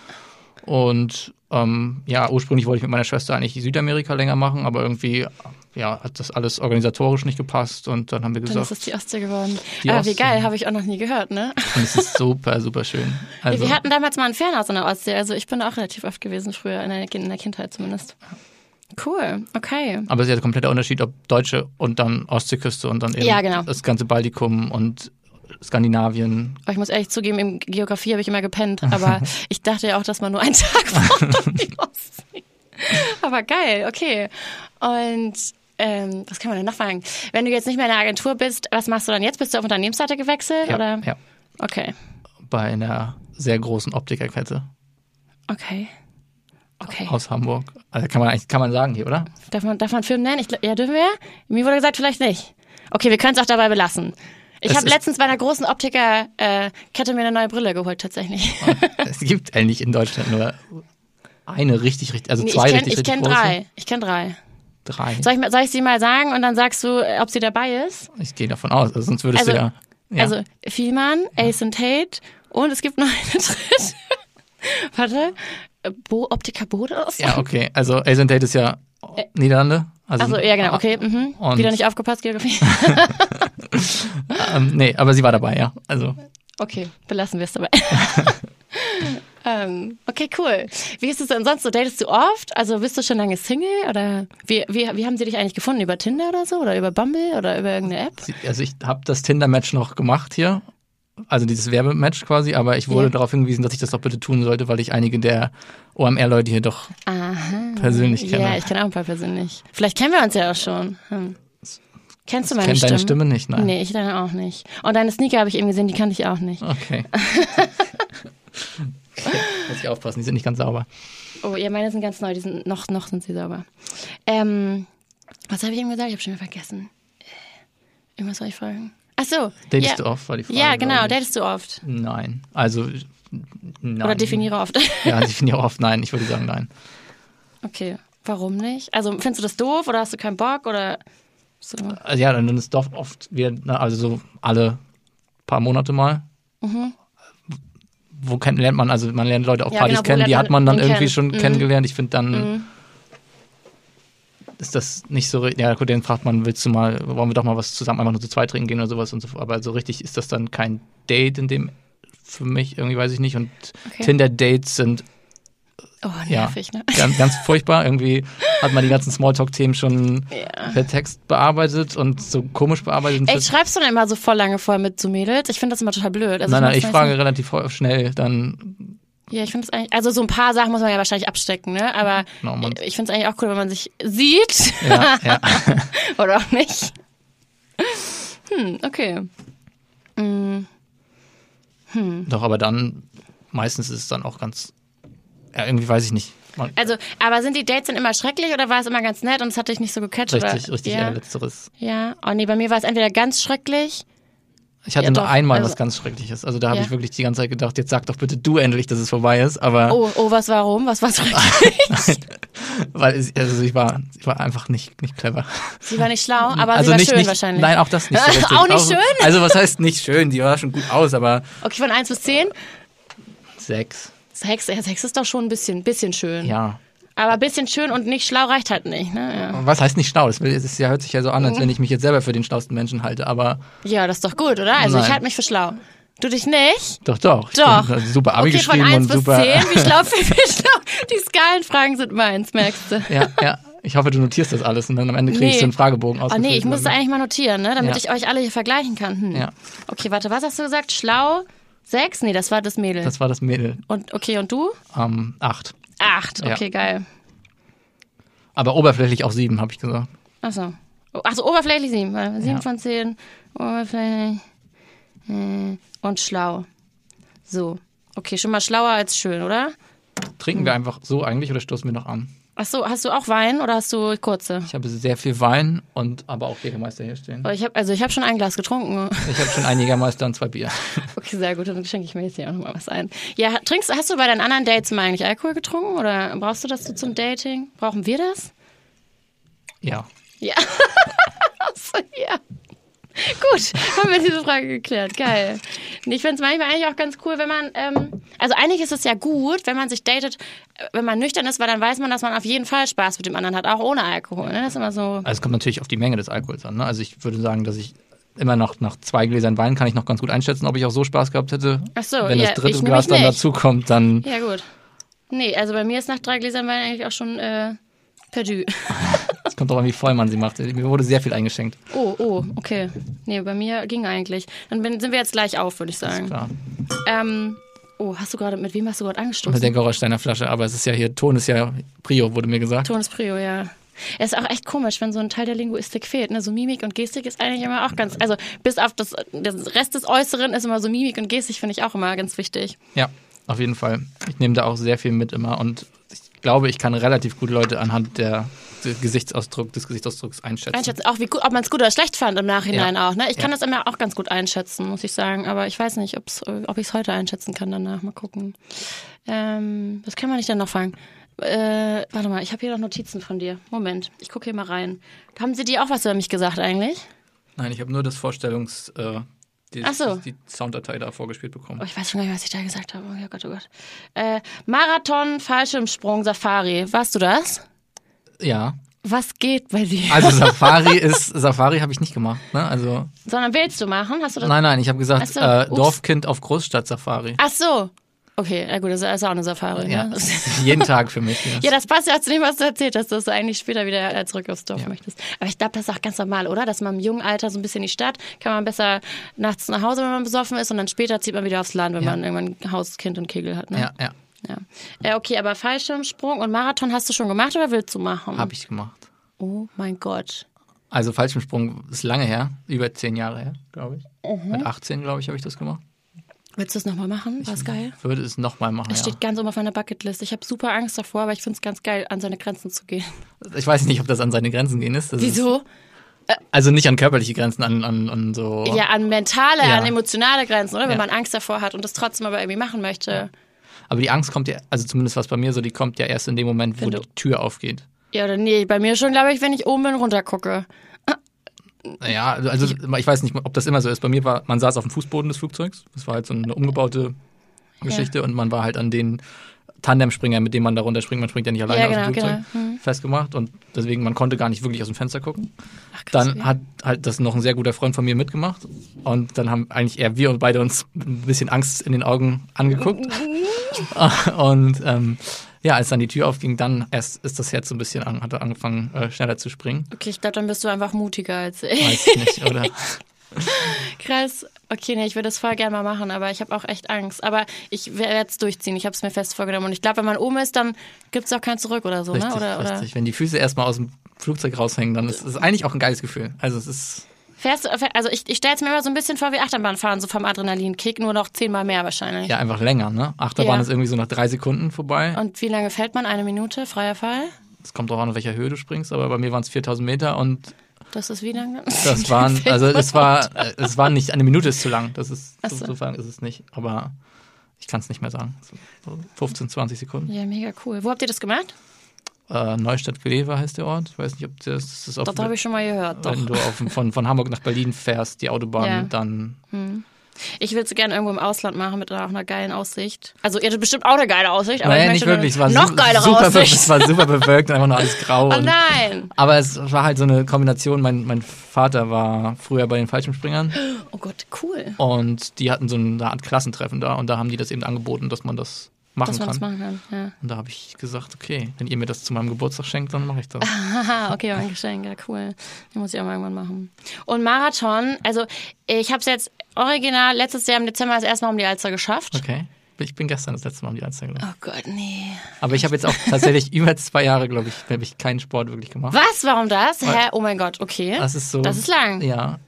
E: Und ähm, ja, ursprünglich wollte ich mit meiner Schwester eigentlich die Südamerika länger machen, aber irgendwie ja, hat das alles organisatorisch nicht gepasst und dann haben wir
C: Dann
E: gesagt,
C: ist es die Ostsee geworden.
E: Die
C: Aber
E: Ostsee.
C: wie geil, habe ich auch noch nie gehört, ne?
E: und es ist super,
C: *laughs*
E: super schön. *laughs* Also,
C: wir hatten damals mal ein Fernhaus in der Ostsee, also ich bin da auch relativ oft gewesen früher, in der, in der Kindheit zumindest. Cool, okay.
E: aber es ist ja ein kompletter Unterschied, ob Deutsche und dann Ostseeküste und dann eben
C: Ja, genau.
E: das ganze Baltikum und Skandinavien.
C: Aber ich muss ehrlich zugeben, in Geografie habe ich immer gepennt,
E: *laughs*
C: aber ich dachte ja auch, dass man nur einen *laughs* Tag braucht um die Ostsee. Aber geil, okay. Und ähm, was kann man denn noch fragen? Wenn du jetzt nicht mehr in der Agentur bist, was machst du dann jetzt? Bist du auf Unternehmensseite gewechselt?
E: Ja,
C: oder?
E: ja.
C: Okay,
E: bei einer sehr großen Optikerkette
C: okay. Okay.
E: aus Hamburg. Also kann man eigentlich kann man sagen
C: *laughs*
E: hier, oder?
C: Darf man, darf man Film nennen? Ich, gl- ja, dürfen wir? Mir wurde gesagt, vielleicht nicht. Okay, wir können es auch dabei belassen. Ich
E: Es
C: habe
E: ist-
C: letztens bei einer großen Optiker-Kette mir eine neue Brille geholt, tatsächlich.
E: es gibt eigentlich in Deutschland nur eine richtig richtig, also
C: Nee, ich
E: zwei
C: kenne
E: richtig
C: ich
E: richtig
C: kenn
E: große.
C: drei. Ich kenne drei.
E: Drei.
C: Soll ich, mal- soll ich sie mal sagen und dann sagst du, äh, ob sie dabei ist?
E: Ich gehe davon aus, also sonst würdest
C: Also-
E: du ja. ja.
C: Also Vielmann, Ace and Tate und es gibt noch eine dritte. *laughs* Warte. äh, Bo Optiker Bode oder so?
E: ja, okay. Also Asian Date ist ja Niederlande. Also,
C: Achso, ja genau, okay. Mhm.
E: Und-
C: Wieder nicht aufgepasst, Geografie.
E: Ähm, nee, aber sie war dabei, ja. Also
C: Okay, belassen wir es dabei. *laughs* ähm, okay, cool. Wie ist es denn sonst so? Datest du oft? Also bist du schon lange Single? Oder wie, wie, wie haben sie dich eigentlich gefunden? Über Tinder oder so? Oder über Bumble? Oder über irgendeine App?
E: Sie- Also ich habe das Tinder-Match noch gemacht hier, also dieses Werbematch quasi, aber ich wurde
C: Ja.
E: darauf hingewiesen, dass ich das doch bitte tun sollte, weil ich einige der OMR-Leute hier doch
C: Aha.
E: persönlich kenne.
C: Ja, ich kenne auch ein paar persönlich. Vielleicht kennen wir uns ja auch schon. Hm. Kennst du meine
E: Kennt
C: Stimme?
E: deine Stimme nicht, nein.
C: Nee, ich deine auch nicht. Und deine Sneaker habe ich eben gesehen, die kannte ich auch nicht. *laughs*
E: Okay. okay. Muss ich aufpassen, die sind nicht ganz sauber.
C: Oh, ja, meine sind ganz neu, die sind noch, noch sind sie sauber. Ähm, was habe ich eben gesagt? Ich habe schon wieder vergessen. Äh, Irgendwas soll ich fragen. Ach so.
E: Datest
C: ja.
E: du oft, war die Frage.
C: Ja, genau,
E: glaub ich.
C: datest du oft.
E: Nein. Also, nein.
C: Oder definiere oft. *laughs*
E: Ja, definiere oft nein. Ich würde sagen nein.
C: okay, warum nicht? Also findest du das doof oder hast du keinen Bock oder so?
E: Also, ja, dann ist doch oft wieder, na, also so alle paar Monate mal. Wo kennt, lernt man, also man lernt Leute auf
C: Mhm. Ja,
E: Partys
C: genau, wo
E: kennen, die
C: lernt
E: hat
C: man
E: man dann
C: den
E: irgendwie
C: kennen?
E: schon
C: Mhm.
E: kennengelernt. Ich finde dann. Ist das nicht so, ri- ja gut, den fragt man, willst du mal, wollen wir doch mal was zusammen, einfach nur zu zweit trinken gehen oder sowas und so, aber so richtig ist das dann kein Date in dem, für mich irgendwie, weiß ich nicht und
C: Okay.
E: Tinder-Dates sind
C: Oh,
E: ja,
C: nervig, ne?
E: ganz, ganz furchtbar. Irgendwie hat man die ganzen Smalltalk-Themen schon per Text bearbeitet und so komisch bearbeitet.
C: Ey, schreibst du denn immer so voll lange vorher mit zu Mädels? Ich finde das immer total blöd. Also
E: nein, nein,
C: mach's
E: ich
C: meistens- *laughs*
E: frage relativ hau- schnell dann,
C: Ja, ich finde es eigentlich, also so ein paar Sachen muss man ja wahrscheinlich abstecken, ne? Aber
E: Genau, man-
C: ich finde es eigentlich auch cool, wenn man sich sieht
E: Ja, ja.
C: *laughs* oder auch nicht. Hm, okay.
E: Doch, aber dann, meistens ist es dann auch ganz, ja, irgendwie weiß ich nicht. Man,
C: Also, aber sind die Dates dann immer schrecklich oder war es immer ganz nett und es hat dich nicht so gecatcht?
E: richtig,
C: oder?
E: richtig,
C: ja.
E: eher letzteres.
C: Ja, oh nee, bei mir war es entweder ganz schrecklich.
E: Ich hatte
C: Ja,
E: nur
C: doch,
E: einmal
C: also-
E: was ganz Schreckliches. Also da habe
C: Ja.
E: ich wirklich die ganze Zeit gedacht, jetzt sag doch bitte du endlich, dass es vorbei ist. Aber
C: Oh, oh, was warum? Was war schrecklich?
E: *laughs* weil es, also ich war, ich war einfach nicht, nicht clever.
C: sie war nicht schlau, aber
E: also
C: sie war
E: nicht,
C: schön
E: nicht,
C: wahrscheinlich.
E: Nein, auch
C: *laughs*
E: das nicht. so richtig.
C: Auch nicht schön?
E: Also was heißt nicht schön? Die war schon gut aus, aber
C: Okay, von 1 bis 10?
E: sechs.
C: Sex, ja, Sex ist doch schon ein bisschen, bisschen schön.
E: Ja.
C: Aber ein bisschen schön und nicht schlau reicht halt nicht, ne?
E: Was heißt nicht schlau? Das, will, das ja, hört sich ja so an, als wenn ich mich jetzt selber für den schlausten Menschen halte, aber
C: Ja, ja das ist doch gut, oder? Also ich
E: Nein.
C: halte mich für schlau. Du dich nicht?
E: doch, doch. Ich
C: Doch.
E: bin also halt Super Abi
C: okay, von
E: geschrieben
C: 1
E: und
C: bis
E: super.
C: 10, wie schlau, wie, wie schlau. Die Skalenfragen sind meins, merkst du.
E: *laughs* Ja, ja. Ich hoffe, du notierst das alles und dann am Ende kriegst
C: Nee.
E: du einen Fragebogen
C: Oh
E: ausgefüllt.
C: nee, ich muss das eigentlich mal notieren, ne? damit
E: Ja.
C: ich euch alle hier vergleichen kann. Hm.
E: Ja.
C: Okay, warte, was hast du gesagt? Schlau? Sechs? Nee, das war das Mädel.
E: Das war das Mädel.
C: und okay, und du?
E: Ähm, acht.
C: Acht.
E: Ja.
C: Okay, geil.
E: Aber oberflächlich auch sieben, habe ich gesagt.
C: Achso. Achso, oberflächlich sieben. Warte, Sieben
E: Ja.
C: von zehn. Oberflächlich. Äh, Und schlau. So. Okay, schon mal schlauer als schön, oder?
E: Trinken
C: Hm.
E: wir einfach so eigentlich oder stoßen wir noch an?
C: Achso, hast du auch Wein oder hast du kurze?
E: Ich habe sehr viel Wein und aber auch Jägermeister hier stehen.
C: Oh, Ich hab, also ich habe schon ein Glas getrunken. *laughs*
E: Ich habe schon einen Jägermeister und zwei Bier. *laughs*
C: Okay, sehr gut, dann schenke ich mir jetzt hier auch nochmal was ein. Ja, trinkst, hast du bei deinen anderen Dates mal eigentlich Alkohol getrunken oder brauchst du das so zum Dating? Brauchen wir das?
E: Ja.
C: Ja. Achso, *laughs* ja. Gut, haben wir diese Frage geklärt. Geil. Nee, Ich finde es manchmal eigentlich auch ganz cool, wenn man, ähm, also eigentlich ist es ja gut, wenn man sich datet, äh, wenn man nüchtern ist, weil dann weiß man, dass man auf jeden Fall Spaß mit dem anderen hat, auch ohne Alkohol. Ne? Das ist immer so.
E: Also es kommt natürlich auf die Menge des Alkohols an. Ne? Also ich würde sagen, dass ich immer noch nach zwei Gläsern Wein kann ich noch ganz gut einschätzen, ob ich auch so Spaß gehabt hätte.
C: Ach so,
E: Wenn
C: ja,
E: das dritte
C: ich nämlich
E: Glas dann
C: nicht.
E: dazukommt, dann
C: Ja, gut. Nee, also bei mir ist nach drei Gläsern Wein eigentlich auch schon äh, perdu.
E: es kommt drauf an, wie voll man sie macht. Mir wurde sehr viel eingeschenkt.
C: Oh, oh, okay. Nee, bei mir ging eigentlich. Dann bin, sind wir jetzt gleich auf, würde ich sagen.
E: Klar.
C: Ähm, oh, hast du gerade, mit wem hast du gerade
E: Mit der
C: angestoßen?
E: Gorolsteiner Flasche. Aber es ist ja hier, Ton ist ja Prio, wurde mir gesagt.
C: Ton ist Prio, ja. Es ist auch echt komisch, wenn so ein Teil der Linguistik fehlt. Ne? So Mimik und Gestik ist eigentlich immer auch ganz, also bis auf das, das Rest des Äußeren ist immer so Mimik und Gestik, finde ich auch immer ganz wichtig.
E: Ja, auf jeden Fall. Ich nehme da auch sehr viel mit immer und ich glaube, ich kann relativ gut Leute anhand der, der Gesichtsausdruck, des Gesichtsausdrucks einschätzen.
C: Einschätzen, auch wie gut, ob man es gut oder schlecht fand im Nachhinein
E: Ja.
C: auch. Ne? Ich kann
E: Ja.
C: das immer auch ganz gut einschätzen, muss ich sagen. Aber ich weiß nicht, ob's, äh, ob ich es heute einschätzen kann danach. Mal gucken. Ähm, was können wir nicht dann noch fragen? Äh, warte mal, ich habe hier noch Notizen von dir. Moment, ich gucke hier mal rein. Haben sie dir auch was über mich gesagt eigentlich?
E: Nein, ich habe nur das Vorstellungs... Äh, die,
C: Ach so.
E: die Sounddatei da vorgespielt bekommen.
C: Oh, ich weiß schon gar nicht, was ich da gesagt habe. Oh Gott, oh Gott. Äh, Marathon, Fallschirmsprung, Safari. Warst du das?
E: Ja,
C: Was geht bei dir?
E: also Safari ist Safari habe ich nicht gemacht. Ne? Also
C: Sondern willst du machen? Hast du das?
E: nein, nein, ich habe gesagt
C: Äh, Ach so,
E: äh,
C: ups. Ah,
E: Dorfkind auf Großstadt Safari.
C: Ach so. Okay, ja gut, das ist auch eine Safari.
E: Ja,
C: Ne? *laughs*
E: das ist jeden Tag für mich.
C: Ja, das passt ja zu dem, was du erzählt hast, dass du eigentlich später wieder äh, zurück aufs Dorf möchtest. Aber ich glaube, das ist auch ganz normal, oder? Dass man im jungen Alter so ein bisschen in die Stadt, kann man besser nachts nach Hause, wenn man besoffen ist, und dann später zieht man wieder aufs Land, wenn
E: Ja.
C: man irgendwann Haus, Kind und Kegel hat. Ne?
E: ja, ja,
C: ja. Äh, okay, aber Fallschirmsprung und Marathon hast du schon gemacht oder willst du machen?
E: habe ich gemacht.
C: Oh mein Gott.
E: Also Fallschirmsprung ist lange her, über zehn Jahre her, glaube ich.
C: Mhm.
E: Mit 18, glaube ich, habe ich das gemacht.
C: Willst du es nochmal machen? War's geil?
E: Würde es nochmal machen,
C: Es
E: ja.
C: steht ganz oben auf meiner Bucketlist. Ich habe super Angst davor, aber ich finde es ganz geil, an seine Grenzen zu gehen.
E: Ich weiß nicht, ob das an seine Grenzen gehen ist. Das Ist,
C: Wieso?
E: also nicht an körperliche Grenzen, an, an, an so...
C: Ja, an mentale,
E: Ja.
C: an emotionale Grenzen, oder? Wenn
E: Ja.
C: man Angst davor hat und das trotzdem aber irgendwie machen möchte.
E: Aber die Angst kommt ja, also zumindest was bei mir so, die kommt ja erst in dem Moment, wo
C: Wenn du-
E: die Tür aufgeht.
C: Ja, oder nee, bei mir schon, glaube ich, wenn ich oben bin, runter gucke.
E: Ja, also ich weiß nicht, ob das immer so ist. Bei mir war, man saß auf dem Fußboden des Flugzeugs. Das war halt so eine umgebaute Geschichte und man war halt an den Tandemspringer, mit dem man da runterspringt. Man springt ja nicht alleine
C: Ja,
E: aus dem
C: genau,
E: Flugzeug festgemacht und deswegen, man konnte gar nicht wirklich aus dem Fenster gucken. dann hat halt das noch ein sehr guter Freund von mir mitgemacht und dann haben eigentlich eher wir beide uns ein bisschen Angst in den Augen
C: *laughs*
E: angeguckt. und ähm, ja, als dann die Tür aufging, dann erst ist das Herz so ein bisschen an, hat angefangen, äh, schneller zu springen.
C: Okay, ich glaube, dann bist du einfach mutiger als ich.
E: Weiß ich nicht, oder?
C: *laughs* Krass. Okay, nee, ich würde es voll gerne mal machen, aber ich habe auch echt Angst. Aber ich werde es durchziehen. Ich habe es mir fest vorgenommen. Und ich glaube, wenn man oben ist, dann gibt es auch kein Zurück oder so,
E: Richtig,
C: ne? Oder, oder?
E: richtig. Wenn die Füße erstmal aus dem Flugzeug raushängen, dann ist es eigentlich auch ein geiles Gefühl. Also es ist
C: Fährst du, fähr- also ich, ich stelle es mir immer so ein bisschen vor wie Achterbahnfahren, so vom Adrenalinkick, nur noch zehnmal mehr wahrscheinlich.
E: ja einfach länger, ne? Achterbahn
C: Ja.
E: ist irgendwie so nach drei Sekunden vorbei.
C: Und wie lange fällt man? Eine Minute, freier Fall?
E: Es kommt drauf an, auf welcher Höhe du springst, aber bei mir waren es 4000
C: *laughs*
E: Meter und
C: Das ist wie lange? *laughs*
E: das waren, also es war, äh, es war nicht, eine Minute ist zu lang. Das ist,
C: Ach so.
E: so. lang ist es nicht, aber ich kann es nicht mehr sagen. So 15, 20 Sekunden.
C: Ja, mega cool. Wo habt ihr das gemacht?
E: Äh, Neustadt-Glewe heißt der Ort. Ich weiß nicht, ob das, das ist auf
C: Das habe ich schon mal gehört. Doch.
E: wenn du auf, von, von Hamburg nach Berlin fährst, die Autobahn,
C: Ja.
E: dann
C: Ich würde es gerne irgendwo im Ausland machen mit einer, auch einer geilen Aussicht. Also ihr hattet bestimmt auch eine geile Aussicht, aber
E: naja,
C: ich
E: nicht
C: möchte
E: wirklich. Es war
C: eine noch
E: su-
C: geilere
E: super, be-
C: Aussicht.
E: Es war super bewölkt und einfach nur alles grau.
C: *laughs* Oh
E: und,
C: nein!
E: aber es war halt so eine Kombination. Mein, mein Vater war früher bei den Fallschirmspringern
C: *gasps* Oh Gott, cool,
E: und die hatten so eine Art Klassentreffen da und da haben die das eben angeboten, dass man das machen
C: dass man
E: kann.
C: das machen kann. Ja.
E: Und da habe ich gesagt, okay, wenn ihr mir das zu meinem Geburtstag schenkt, dann mache
C: *laughs*
E: ich das.
C: Haha, okay, mein Geschenk, ja cool. Den muss ich auch mal irgendwann machen. Und Marathon, also ich habe es jetzt original letztes Jahr im Dezember das erste Mal um die Alster geschafft.
E: Okay. Ich bin gestern das letzte Mal um die Anzeige gelaufen.
C: Oh Gott, nee.
E: Aber ich habe jetzt auch tatsächlich über zwei Jahre, glaube ich, habe ich keinen Sport wirklich gemacht.
C: Was? Warum das? Hä? Oh mein Gott, okay.
E: Das ist so.
C: Das ist lang.
E: Ja.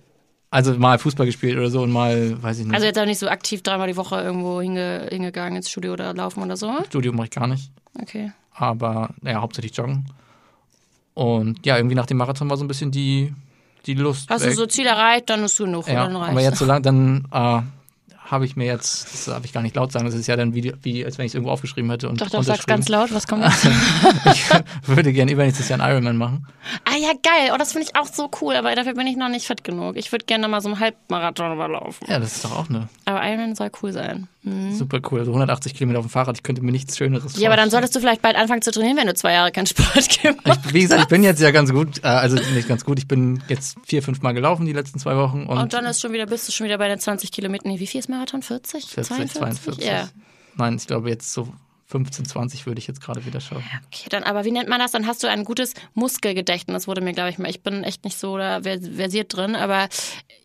E: Also mal Fußball gespielt oder so und mal, weiß ich nicht.
C: Also jetzt auch nicht so aktiv dreimal die Woche irgendwo hinge hingegangen ins Studio oder laufen oder so.
E: Studium mache ich gar nicht.
C: Okay.
E: aber naja, hauptsächlich joggen. Und ja, irgendwie nach dem Marathon war so ein bisschen die, die Lust.
C: Hast du
E: weg.
C: so Ziel erreicht, dann ist genug.
E: ja,
C: dann reicht's.
E: aber jetzt so lang, dann äh, habe ich mir jetzt, das darf ich gar nicht laut sagen, das ist ja dann wie, wie als wenn ich es irgendwo aufgeschrieben hätte und
C: Doch, doch, sag's ganz
E: unterschrieben.
C: laut, was kommt jetzt?
E: *laughs* Ich würde gerne übernächstes Jahr einen Ironman machen.
C: ah ja, geil. Oh, das finde ich auch so cool, aber dafür bin ich noch nicht fit genug. Ich würde gerne mal so einen Halbmarathon überlaufen.
E: Ja, das ist doch auch eine
C: Aber Ironman soll cool sein. Mhm.
E: super cool. So 180 Kilometer auf dem Fahrrad, ich könnte mir nichts Schöneres
C: Ja, aber dann
E: vorstellen.
C: solltest du vielleicht bald anfangen zu trainieren, wenn du zwei Jahre keinen Sport gemacht
E: ich, wie gesagt, ich bin jetzt ja ganz gut, äh, also nicht ganz gut, ich bin jetzt vier, fünf Mal gelaufen die letzten zwei Wochen und,
C: Und dann ist schon wieder, bist du schon wieder bei den 20 Kilometern. Nee, wie viel ist Marathon? 40?
E: 40, 42.
C: Ja.
E: Nein, ich glaube jetzt so 15, 20 würde ich jetzt gerade wieder schaffen.
C: Okay, dann, aber wie nennt man das? Dann hast du ein gutes Muskelgedächtnis, wurde mir, glaube ich, mal. Ich bin echt nicht so da vers- versiert drin, aber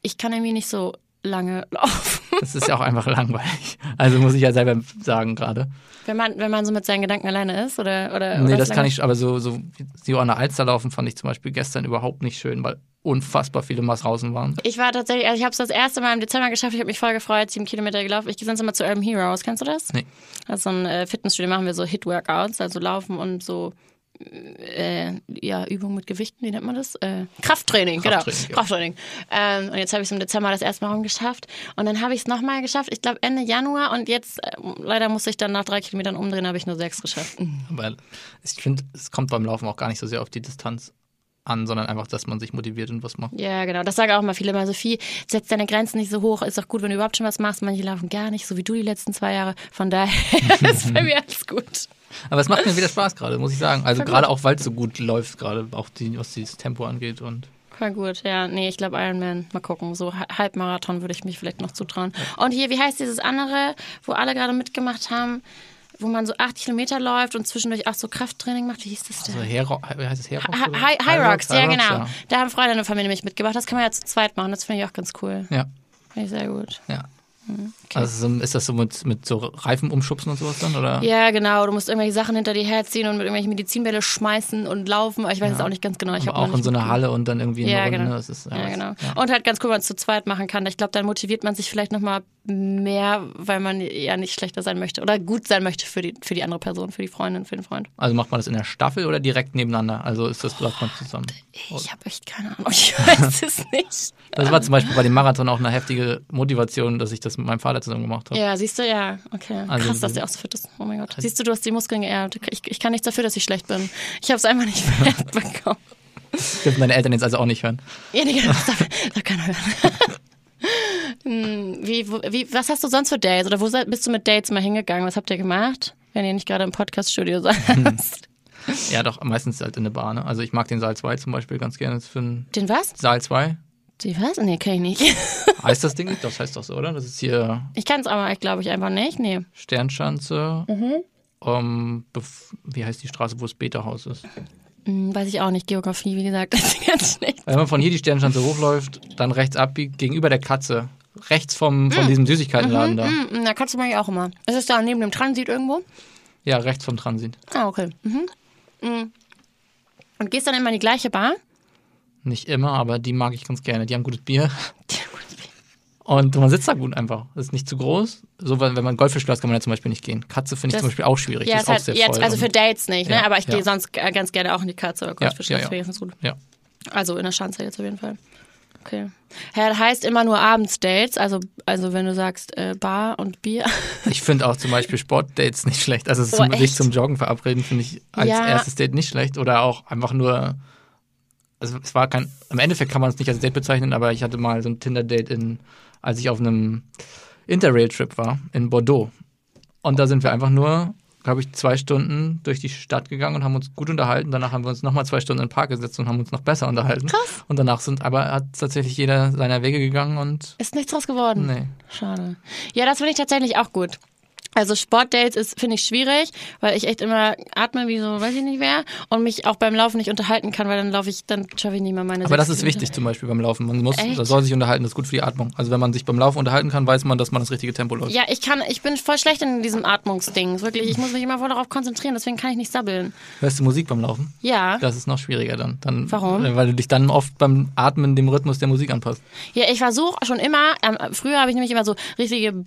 C: ich kann irgendwie nicht so lange *laughs* laufen.
E: *laughs* Das ist ja auch einfach langweilig. Also muss ich ja selber sagen gerade.
C: Wenn man, wenn man so mit seinen Gedanken alleine ist oder. oder
E: Nee,
C: oder
E: das
C: lange-
E: kann ich, aber so, so so an der Alster laufen fand ich zum Beispiel gestern überhaupt nicht schön, weil unfassbar viele Mass draußen waren.
C: Ich war tatsächlich, also ich habe es das erste Mal im Dezember geschafft, ich habe mich voll gefreut, sieben Kilometer gelaufen. Ich gehe sonst immer zu Urban Heroes, kennst du das?
E: Nee.
C: Also ein äh, Fitnessstudio machen wir so Hit-Workouts, also laufen und so äh, ja, Übung mit Gewichten, wie nennt man das? Äh, Krafttraining,
E: Krafttraining,
C: genau.
E: ja.
C: Krafttraining. Ähm, und jetzt habe ich es im Dezember das erste Mal rumgeschafft. Und dann habe ich es nochmal geschafft, ich glaube Ende Januar. Und jetzt, äh, leider musste ich dann nach drei Kilometern umdrehen, habe ich nur sechs geschafft.
E: Aber ich finde, es kommt beim Laufen auch gar nicht so sehr auf die Distanz an, sondern einfach, dass man sich motiviert und was macht.
C: Ja, genau. Das sagen auch mal viele immer, Sophie, setz deine Grenzen nicht so hoch. Ist doch gut, wenn du überhaupt schon was machst. Manche laufen gar nicht, so wie du die letzten zwei Jahre. Von daher *laughs* ist
E: *laughs*
C: bei mir alles gut.
E: Aber es macht mir wieder Spaß gerade, muss ich sagen. Also
C: Voll gut.
E: gerade auch, weil es so gut läuft gerade, auch die, was dieses Tempo angeht und
C: Voll gut, ja. Nee, ich glaube Ironman. Mal gucken. So Ha- Halbmarathon würde ich mich vielleicht noch zutrauen. Und hier, wie heißt dieses andere, wo alle gerade mitgemacht haben, wo man so acht Kilometer läuft und zwischendurch auch so Krafttraining macht? Wie hieß das denn?
E: so Hero, wie heißt es Hero?
C: Hi- Hi- High Rocks, ja genau. Da haben Freunde und Familie mich mitgebracht. Das kann man ja zu zweit machen. Das finde ich auch ganz cool.
E: Ja. ja.
C: Finde ich sehr gut.
E: Ja. Also so- ist das so mit, mit so Reifen umschubsen und sowas dann? Oder?
C: Ja, genau. Du musst irgendwelche Sachen hinter dir herziehen und mit irgendwelchen Medizinbälle schmeißen und laufen. Aber Ich weiß es auch nicht ganz genau. Ich hab
E: Aber auch
C: noch
E: in
C: nicht
E: so einer
C: mitgemacht.
E: Halle und dann irgendwie in
C: Ja,
E: der Runde.
C: genau.
E: Das ist, ja,
C: Ja,
E: das-
C: genau.
E: ja.
C: Und halt ganz cool, wenn man es zu zweit machen kann. Ich glaube, dann motiviert man sich vielleicht nochmal mehr, weil man ja nicht schlechter sein möchte oder gut sein möchte für die, für die andere Person, für die Freundin, für den Freund.
E: Also macht man das in der Staffel oder direkt nebeneinander? Also ist das läuft man zusammen.
C: Ich habe echt keine Ahnung. Ich weiß es nicht.
E: Das war zum Beispiel bei dem Marathon auch eine heftige Motivation, dass ich das mit meinem Vater zusammen gemacht
C: *laughs*
E: habe.
C: Ja, siehst du, ja. Okay.
E: Also
C: Krass, dass
E: so-
C: der auch so fit ist. Oh mein Gott. Siehst du, du hast die Muskeln geerbt. Ich, ich kann nichts dafür, dass ich schlecht bin. Ich habe es einfach nicht *laughs* vererbt bekommen.
E: Das dürfen meine Eltern jetzt also auch nicht hören.
C: Ja, nee, genau, das darf, darf *laughs* keiner hören. Hm, wie, wo- wie, was hast du sonst für Dates? Oder wo se- bist du mit Dates mal hingegangen? Was habt ihr gemacht, wenn ihr nicht gerade im Podcast-Studio *laughs* seid?
E: Ja, doch, meistens halt in der Bar. Ne? Also ich mag den Saal 2 zum Beispiel ganz gerne. Das ist für einen
C: Den was?
E: Saal 2.
C: Die was? Nee, kenn ich nicht. *laughs*
E: Heißt das Ding nicht? Das heißt doch so, oder? Das ist hier
C: Ich kann es aber, glaube ich, einfach nicht. Nee. Mhm.
E: Sternschanze. Ähm, bef- wie heißt die Straße, wo das Beta-Haus ist?
C: Hm, weiß ich auch nicht, Geografie, wie gesagt, *laughs* das ist ganz schlecht.
E: Wenn man von hier die Sternschanze hochläuft, dann rechts abbiegt, gegenüber der Katze. Rechts vom, von diesem Süßigkeitenladen da.
C: Hm, da kannst du mal ja auch immer. Ist es da neben dem Transit irgendwo?
E: Ja, rechts vom Transit.
C: Ah, okay. Mhm. Hm. Und gehst dann immer in die gleiche Bar?
E: Nicht immer, aber die mag ich ganz gerne. Die haben gutes Bier. Und man sitzt da gut einfach. Das ist nicht zu groß. So, wenn wenn man Goldfisch läuft, kann man ja zum Beispiel nicht gehen. Katze finde ich
C: Das-
E: zum Beispiel auch schwierig.
C: Ja,
E: die
C: ist
E: ist auch
C: halt
E: sehr
C: jetzt,
E: voll.
C: also für
E: und-
C: Dates nicht, ne?
E: Ja,
C: aber ich gehe
E: ja.
C: sonst g- ganz gerne auch in die Katze oder
E: Ja,
C: Kurzfisch,
E: ja,
C: das
E: ja.
C: wäre ganz gut.
E: ja.
C: Also in der Schanze jetzt auf jeden Fall. Okay. Ja, das heißt immer nur abends Dates, also, also wenn du sagst äh, Bar und Bier. *laughs*
E: Ich finde auch zum Beispiel Sportdates nicht schlecht. Also
C: Oh,
E: zum, sich
C: echt?
E: zum Joggen verabreden finde ich als
C: Ja.
E: erstes Date nicht schlecht. Oder auch einfach nur, also es war kein, im Endeffekt kann man es nicht als Date bezeichnen, aber ich hatte mal so ein Tinder-Date in, als ich auf einem Interrail-Trip war in Bordeaux. Und da sind wir einfach nur, glaube ich, zwei Stunden durch die Stadt gegangen und haben uns gut unterhalten. Danach haben wir uns nochmal zwei Stunden in den Park gesetzt und haben uns noch besser unterhalten. Krass. Und danach sind aber hat tatsächlich jeder seiner Wege gegangen und
C: Ist nichts draus geworden.
E: nee.
C: Schade. Ja, das finde ich tatsächlich auch gut. Also Sportdates ist finde ich schwierig, weil ich echt immer atme wie so, weiß ich nicht wer, und mich auch beim Laufen nicht unterhalten kann, weil dann laufe ich, dann schaffe ich nicht mal meine
E: Aber
C: sechs
E: das ist
C: Kilometer.
E: wichtig zum Beispiel beim Laufen. Man muss,
C: Echt?
E: das soll sich unterhalten, das ist gut für die Atmung. Also wenn man sich beim Laufen unterhalten kann, weiß man, dass man das richtige Tempo läuft.
C: Ja, ich kann, ich bin voll schlecht in diesem Atmungsding. Wirklich, ich muss mich immer voll darauf konzentrieren, deswegen kann ich nicht sabbeln.
E: Hörst du Musik beim Laufen?
C: Ja.
E: Das ist noch schwieriger dann. dann äh,
C: Warum?
E: Weil du dich dann oft beim Atmen dem Rhythmus der Musik anpasst.
C: Ja, ich versuche schon immer, ähm, früher habe ich nämlich immer so richtige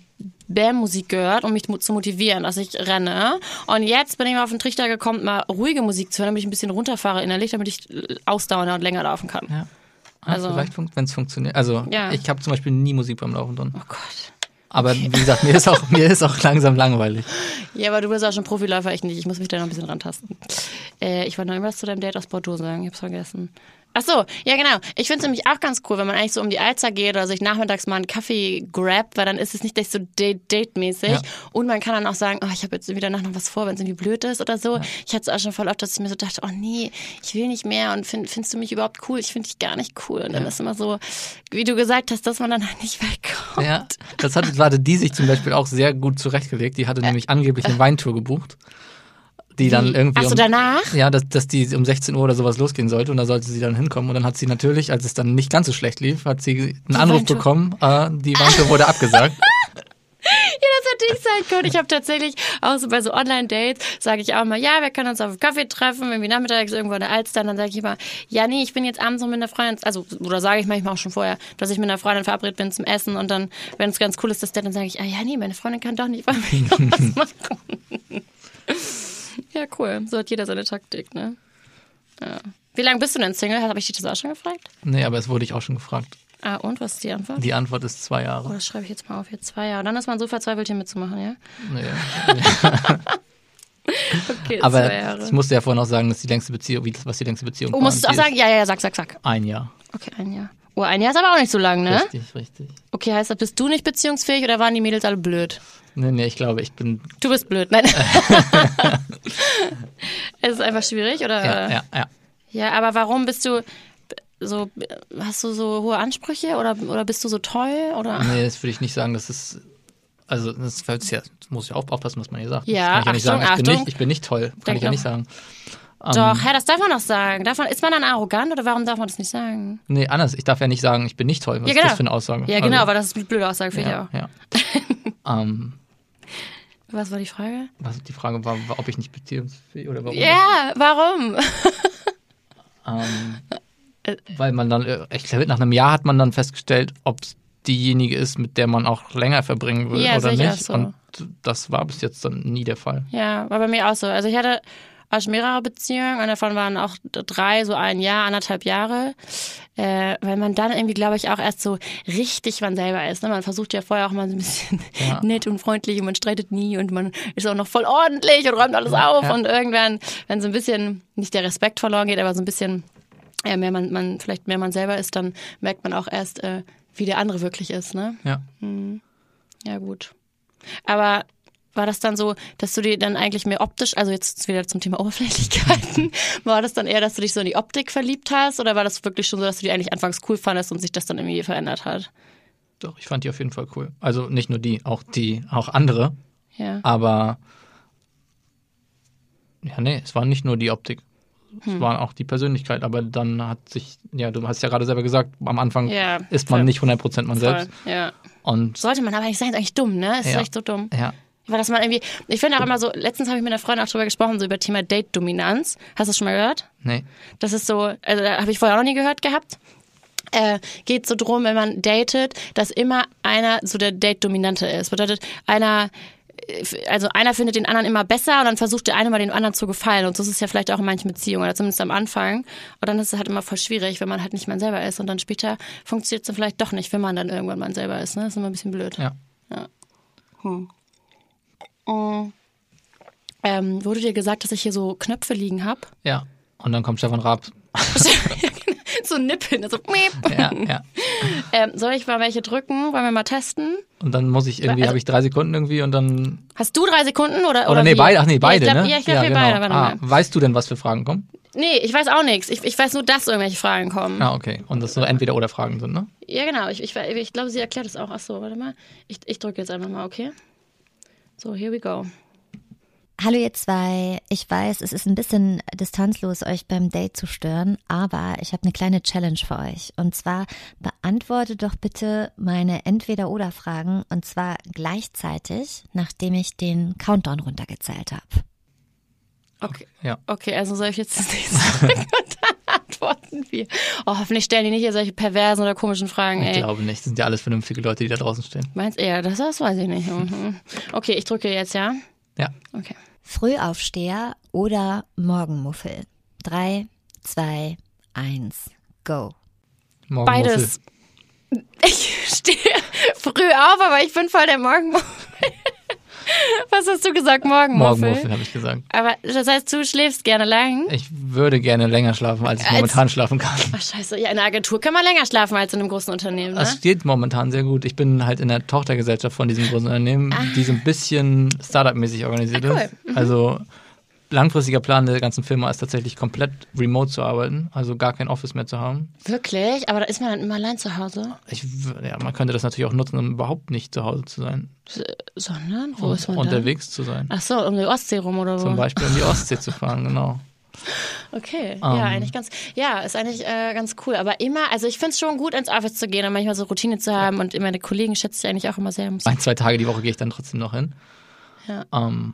C: Bam-Musik gehört, um mich mo- zu motivieren, dass ich renne. Und jetzt bin ich mal auf den Trichter gekommen, mal ruhige Musik zu hören, damit ich ein bisschen runterfahre innerlich, damit ich äh, ausdauernder und länger laufen kann.
E: Ja. Also
C: Also-
E: vielleicht, wenn es funktioniert. Also
C: Ja.
E: ich habe zum Beispiel nie Musik beim Laufen drin.
C: Oh Gott.
E: Aber wie gesagt, mir ist auch, *laughs* mir ist auch langsam langweilig.
C: Ja, aber du bist auch schon Profiläufer, ich nicht. Ich muss mich da noch ein bisschen rantasten. Äh, ich wollte noch irgendwas zu deinem Date aus Bordeaux sagen, ich hab's vergessen. Ach so, ja genau. Ich find's nämlich auch ganz cool, wenn man eigentlich so um die Alster geht oder sich nachmittags mal einen Kaffee grabt, weil dann ist es nicht gleich so date- date-mäßig.
E: Ja.
C: Und man kann dann auch sagen, oh, ich habe jetzt irgendwie danach noch was vor, wenn es irgendwie blöd ist oder so. Ich hatte es auch schon voll oft, dass ich mir so dachte, oh nee, ich will nicht mehr und find, findest du mich überhaupt cool? Ich finde dich gar nicht cool. Und dann ist immer so, wie du gesagt hast, dass man dann halt nicht wegkommt.
E: Ja, das hat, hatte die sich zum Beispiel auch sehr gut zurechtgelegt. Die hatte
C: Äh.
E: nämlich angeblich eine Weintour gebucht, die dann irgendwie.
C: Ach so,
E: um-
C: danach?
E: Ja, dass, dass die um 16 Uhr oder sowas losgehen sollte und da sollte sie dann hinkommen. Und dann hat sie natürlich, als es dann nicht ganz so schlecht lief, hat sie einen Anruf
C: Weintour.
E: bekommen, äh, die Weintour
C: *laughs*
E: wurde abgesagt.
C: das hätte ich sein können. Ich habe tatsächlich auch so bei so Online-Dates, sage ich auch mal, ja, wir können uns auf einen Kaffee treffen, wenn wir nachmittags irgendwo in der Alster, Und dann sage ich immer, ja, nee, ich bin jetzt abends noch mit einer Freundin, also, oder sage ich manchmal auch schon vorher, dass ich mit einer Freundin verabredet bin zum Essen und dann, wenn es ganz cool ist, das Date, dann sage ich, ah ja, nee, meine Freundin kann doch nicht, wollen wir noch *laughs* was machen? ja, cool. So hat jeder seine Taktik, ne? Ja. Wie lange bist du denn Single? Habe ich dich das auch schon gefragt?
E: nee, aber es wurde ich auch schon gefragt.
C: Ah, und was ist die Antwort?
E: Die Antwort ist zwei
C: Oh,
E: Jahre.
C: das schreibe ich jetzt mal auf, jetzt zwei Jahre. Dann ist man so verzweifelt, hier mitzumachen, ja?
E: Nee.
C: Okay, zwei
E: Aber
C: Jahre.
E: ich musste ja vorhin auch sagen, dass die längste Beziehung, wie- was die längste Beziehung
C: Oh,
E: war.
C: musstest du
E: Und
C: auch
E: die ist
C: sagen? Ja, ja, ja, sag, sag, sag.
E: Ein Jahr.
C: Okay, ein Jahr. Oh, ein Jahr ist aber auch nicht so lang, ne?
E: Richtig, richtig.
C: Okay, heißt das, bist du nicht beziehungsfähig oder waren die Mädels alle blöd?
E: Nee, nee, ich glaube, ich bin.
C: Du bist blöd,
E: *laughs*
C: nein. es ist einfach schwierig, oder?
E: Ja, ja, ja.
C: Ja, aber warum bist du so, hast du so hohe Ansprüche oder, oder bist du so toll? Oder?
E: Nee, das würde ich nicht sagen, das ist. Also, das, fällt's ja, das muss ich auch aufpassen, was man hier sagt.
C: Ja,
E: das kann ich ja nicht sagen.
C: Achtung,
E: Ich bin
C: Achtung.
E: nicht, ich bin nicht toll. Kann
C: Denk
E: ich ja
C: noch.
E: nicht sagen. ähm,
C: Doch, hä, das darf man doch sagen. Darf man, ist man dann arrogant oder warum darf man das nicht sagen?
E: Nee, anders. Ich darf ja nicht sagen, ich bin nicht toll.
C: Ja,
E: Was ist
C: genau.
E: das für eine Aussage?
C: Ja, genau,
E: Also-
C: aber das ist eine blöde Aussage, finde
E: ja,
C: ich auch. *laughs*
E: ja. ähm,
C: Was war die Frage?
E: was die Frage war, war, ob ich nicht beziehungsfähig oder warum.
C: Ja, warum?
E: Ähm, weil man dann, äh, ich glaube, nach einem Jahr hat man dann festgestellt, ob es diejenige ist, mit der man auch länger verbringen will
C: Ja,
E: oder
C: sicher,
E: nicht.
C: so.
E: Und das war bis jetzt dann nie der Fall.
C: Ja, war bei mir auch so. Also ich hatte auch schon mehrere Beziehungen und davon waren auch drei, so ein Jahr, anderthalb Jahre. Äh, weil man dann irgendwie, glaube ich, auch erst so richtig man selber ist. Ne? Man versucht ja vorher auch mal so ein bisschen
E: Ja.
C: *laughs* nett und freundlich und man streitet nie und man ist auch noch voll ordentlich und räumt alles auf.
E: Ja.
C: Und irgendwann, wenn so ein bisschen, nicht der Respekt verloren geht, aber so ein bisschen ja, mehr man, man, vielleicht mehr man selber ist, dann merkt man auch erst, äh, wie der andere wirklich ist. Ne?
E: Ja.
C: Ja, gut. Aber war das dann so, dass du dir dann eigentlich mehr optisch, also jetzt wieder zum Thema *laughs* Oberflächlichkeiten, war das dann eher, dass du dich so in die Optik verliebt hast oder war das wirklich schon so, dass du die eigentlich anfangs cool fandest und sich das dann irgendwie verändert hat?
E: Doch, ich fand die auf jeden Fall cool. Also nicht nur die, auch die, auch andere.
C: Ja.
E: Aber ja, nee, es war nicht nur die Optik.
C: Hm.
E: Es war auch die Persönlichkeit, aber dann hat sich, ja, du hast ja gerade selber gesagt, am Anfang
C: Ja,
E: ist man
C: voll.
E: nicht 100% man selbst.
C: Voll, ja.
E: Und
C: Sollte man aber nicht sein, ist eigentlich dumm, ne? Ist
E: Ja.
C: echt so dumm.
E: ja,
C: Weil das man irgendwie, ich finde auch immer so, letztens habe ich mit einer Freundin auch drüber gesprochen, so über Thema Date-Dominanz. Hast du das schon mal gehört?
E: nee.
C: Das ist so, also habe ich vorher auch noch nie gehört gehabt. Äh, geht so drum, wenn man datet, dass immer einer so der Date-Dominante ist. Bedeutet, einer, äh, also einer findet den anderen immer besser und dann versucht der eine mal den anderen zu gefallen. Und so ist es ja vielleicht auch in manchen Beziehungen oder zumindest am Anfang. Und dann ist es halt immer voll schwierig, wenn man halt nicht man selber ist. Und dann später funktioniert es dann vielleicht doch nicht, wenn man dann irgendwann man selber ist. Ne? Das ist immer ein bisschen blöd.
E: Ja.
C: Ähm, wurde dir gesagt, dass ich hier so Knöpfe liegen habe?
E: Ja. Und dann kommt Stefan Raab.
C: *laughs* so Nippeln, also
E: Ja, ja.
C: *laughs* ähm, Soll ich mal welche drücken? Wollen wir mal testen?
E: Und dann muss ich irgendwie,
C: Also-
E: habe ich drei Sekunden irgendwie und dann.
C: Hast du drei Sekunden oder
E: Oder, nee,
C: wir?
E: beide, ach nee, beide,
C: ja, ich glaub,
E: ne?
C: Ja, ich glaube, wir beide. Warte mal.
E: ah, weißt du denn, was für Fragen kommen?
C: Nee, ich weiß auch nichts. Ich, ich weiß nur, dass irgendwelche Fragen kommen. Ja,
E: Ah, okay. Und
C: Äh,
E: das so entweder oder Fragen sind, ne?
C: genau. Ich, ich, ich glaube, sie erklärt es auch. Achso, warte mal. Ich, ich drücke jetzt einfach mal, okay? So, here we go.
F: Hallo ihr zwei. Ich weiß, es ist ein bisschen distanzlos, euch beim Date zu stören, aber ich habe eine kleine Challenge für euch. Und zwar beantwortet doch bitte meine Entweder-Oder-Fragen und zwar gleichzeitig, nachdem ich den Countdown runtergezählt habe.
C: Okay.
E: Ja.
C: Okay, also soll ich jetzt das *laughs* nächste
E: *laughs*
C: sagen und dann antworten wir. Oh, hoffentlich stellen die nicht hier solche perversen oder komischen Fragen,
E: Ich
C: ey.
E: glaube nicht. Das sind ja alles vernünftige Leute, die da draußen stehen.
C: Meinst du? Ja, das, das weiß ich nicht. Mhm. Okay, ich drücke jetzt, ja?
E: Ja.
C: Okay.
F: Frühaufsteher oder Morgenmuffel? Drei, zwei, eins, go.
E: Morgen
C: Beides. Ich stehe früh auf, aber ich bin voll der Morgenmuffel. Was hast du gesagt? Morgenmuffel?
E: Morgenmuffel, habe ich gesagt.
C: Aber das heißt, du schläfst gerne lang?
E: Ich würde gerne länger schlafen, als ich
C: Als-
E: momentan schlafen kann.
C: Ach scheiße, ja, in einer Agentur kann man länger schlafen als in einem großen Unternehmen,
E: Es
C: ne?
E: steht momentan sehr gut. Ich bin halt in der Tochtergesellschaft von diesem großen Unternehmen, die so ein bisschen Startup-mäßig organisiert
C: Ah, cool.
E: ist. Also langfristiger Plan der ganzen Firma ist tatsächlich komplett remote zu arbeiten, also gar kein Office mehr zu haben.
C: Wirklich? Aber da ist man dann immer allein zu Hause.
E: Ich, w- ja, man könnte das natürlich auch nutzen, um überhaupt nicht zu Hause zu sein,
C: Sondern, wo ist man
E: unterwegs zu sein.
C: Dann? Ach so, um die Ostsee rum oder wo?
E: Zum Beispiel in die Ostsee zu fahren, genau.
C: Okay,
E: Ähm.
C: ja, eigentlich ganz, ja, ist eigentlich äh, ganz cool. Aber immer, also ich finde es schon gut, ins Office zu gehen und manchmal so Routine zu haben und meine Kollegen schätze ich eigentlich auch immer sehr. Muss ich-
E: Ein, zwei Tage die Woche gehe ich dann trotzdem noch hin.
C: Ja.
E: Ähm,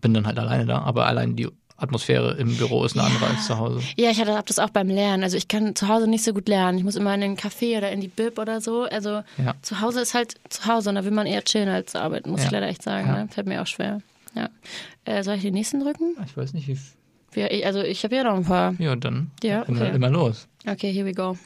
E: bin dann halt alleine da, aber allein die Atmosphäre im Büro ist eine andere als zu Hause.
C: Ja, ich habe das auch beim Lernen. Also ich kann zu Hause nicht so gut lernen. Ich muss immer in den Café oder in die Bib oder so. Also
E: Ja.
C: zu Hause ist halt zu Hause und da will man eher chillen als arbeiten, muss
E: Ja.
C: ich leider echt sagen.
E: Ja.
C: Ne? Fällt mir auch schwer. Ja. Äh, soll ich den nächsten drücken?
E: Ich weiß nicht, wie viel
C: Wir, ich- also ich habe ja noch ein paar.
E: Ja, dann
C: Ja,
E: immer,
C: okay.
E: immer los.
C: Okay, here we go.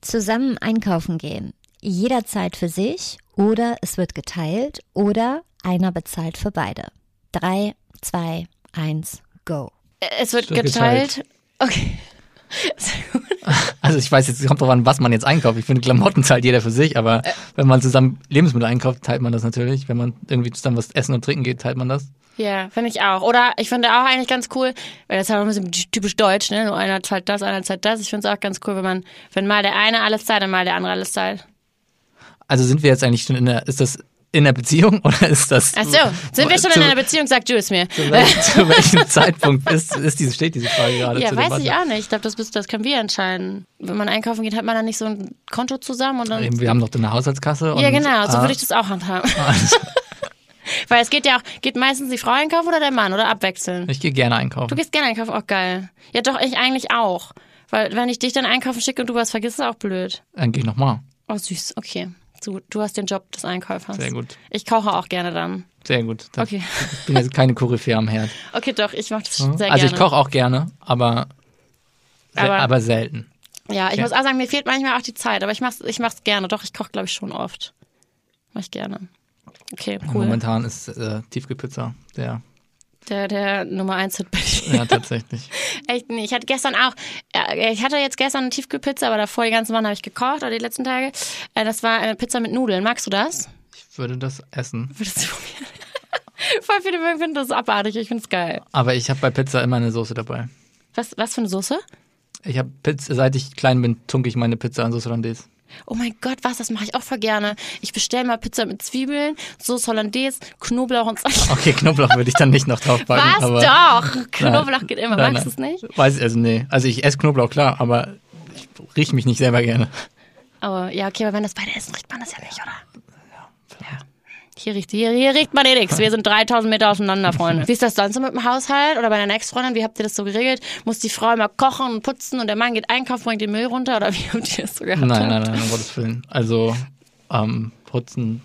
F: Zusammen einkaufen gehen. Jederzeit für sich oder es wird geteilt oder einer bezahlt für beide. Drei, zwei, eins, go.
C: Äh, Es wird
E: Es wird
C: geteilt. Okay. *laughs* Sehr gut.
E: Also ich weiß jetzt, kommt drauf an, was man jetzt einkauft. Ich finde, Klamotten zahlt jeder für sich, aber wenn man zusammen Lebensmittel einkauft, teilt man das natürlich. Wenn man irgendwie zusammen was essen und trinken geht, teilt man das.
C: Ja, finde ich auch. Oder ich finde auch eigentlich ganz cool, weil das ist halt auch ein bisschen typisch deutsch, ne? So einer zahlt das, einer zahlt das. Ich finde es auch ganz cool, wenn man, wenn mal der eine alles zahlt und mal der andere alles zahlt.
E: Also sind wir jetzt eigentlich schon in der, ist das in der Beziehung oder *laughs* ist das...
C: Ach so, sind wir schon
E: Hm. zu,
C: in
E: *laughs*
C: einer Beziehung, sagt du es mir.
E: Zu, welchem- *laughs* zu welchem Zeitpunkt ist, ist diese, steht diese Frage
C: *laughs*
E: gerade
C: Ja,
E: zur
C: weiß
E: Debatte?
C: ich auch nicht. Ich glaube, das, bist- das können wir entscheiden. Wenn man einkaufen geht, hat man dann nicht so ein Konto zusammen und dann.
E: Eben, Ähm, Wir haben noch eine Haushaltskasse. Und,
C: ja, genau, so
E: ah,
C: würde ich das auch
E: *laughs*
C: handhaben. *laughs* Weil es geht ja auch, geht meistens die Frau einkaufen oder der Mann oder abwechseln.
E: ich gehe gerne einkaufen.
C: Du gehst gerne einkaufen, auch geil. Ja, doch, ich eigentlich auch. Weil wenn ich dich dann einkaufen schicke und du was vergisst, ist auch blöd.
E: Dann gehe ich nochmal.
C: Oh, süß, okay. Du, du hast den Job des Einkäufers.
E: Sehr gut.
C: Ich koche auch gerne dann.
E: Sehr gut. Das,
C: Okay. *laughs*
E: Ich bin jetzt keine Koryphäe am Herd.
C: Okay, doch, ich mache das
E: Also
C: *laughs* sehr gerne.
E: ich koche auch gerne, aber,
C: Aber-
E: aber, aber selten.
C: Ja, ich
E: Ja.
C: muss auch sagen, mir fehlt manchmal auch die Zeit, aber ich mach's, ich mach's gerne. Doch, ich koche, glaube ich, schon oft. Mach ich gerne. Okay, cool.
E: Momentan ist äh, Tiefkühlpizza der,
C: Der, der Nummer eins Hit bei dir.
E: ja, tatsächlich.
C: *laughs* Echt, nee, ich hatte gestern auch, äh, ich hatte jetzt gestern eine Tiefkühlpizza, aber davor die ganzen Wochen habe ich gekocht oder die letzten Tage. Äh, Das war eine Pizza mit Nudeln. Magst du das? *laughs*
E: Ich würde das essen.
C: Würdest du *laughs* probieren? Voll viele mögen- finden das abartig, ich find's geil.
E: Aber ich habe bei Pizza immer eine Soße dabei.
C: Was, was für eine Soße?
E: Ich habe Pizza, seit ich klein bin, tunke ich meine Pizza an Soße Hollandaise.
C: Oh mein Gott, was, das mache ich auch voll gerne. Ich bestelle mal Pizza mit Zwiebeln, Soße Hollandaise, Knoblauch und Salz.
E: Okay, Knoblauch würde ich dann nicht noch draufpacken.
C: Was?
E: aber
C: Doch! Knoblauch
E: Nein,
C: geht immer.
E: nein,
C: Magst du es
E: nein.
C: nicht?
E: Weiß ich, also nee. Also ich esse Knoblauch, klar, aber ich rieche mich nicht selber gerne.
C: Aber ja, okay, aber wenn das beide essen, riecht man das ja nicht, oder? Ja. Hier riecht, hier, hier riecht man eh nichts. Wir sind 3000 Meter auseinander, Freunde. Wie ist das sonst so mit dem Haushalt oder bei deiner Ex-Freundin? Wie habt ihr das so geregelt? Muss die Frau immer kochen und putzen und der Mann geht einkaufen, bringt den Müll runter? Oder *laughs* wie habt ihr das so gehabt?
E: Nein, nein, nein, um Gottes Willen. Also ähm, putzen,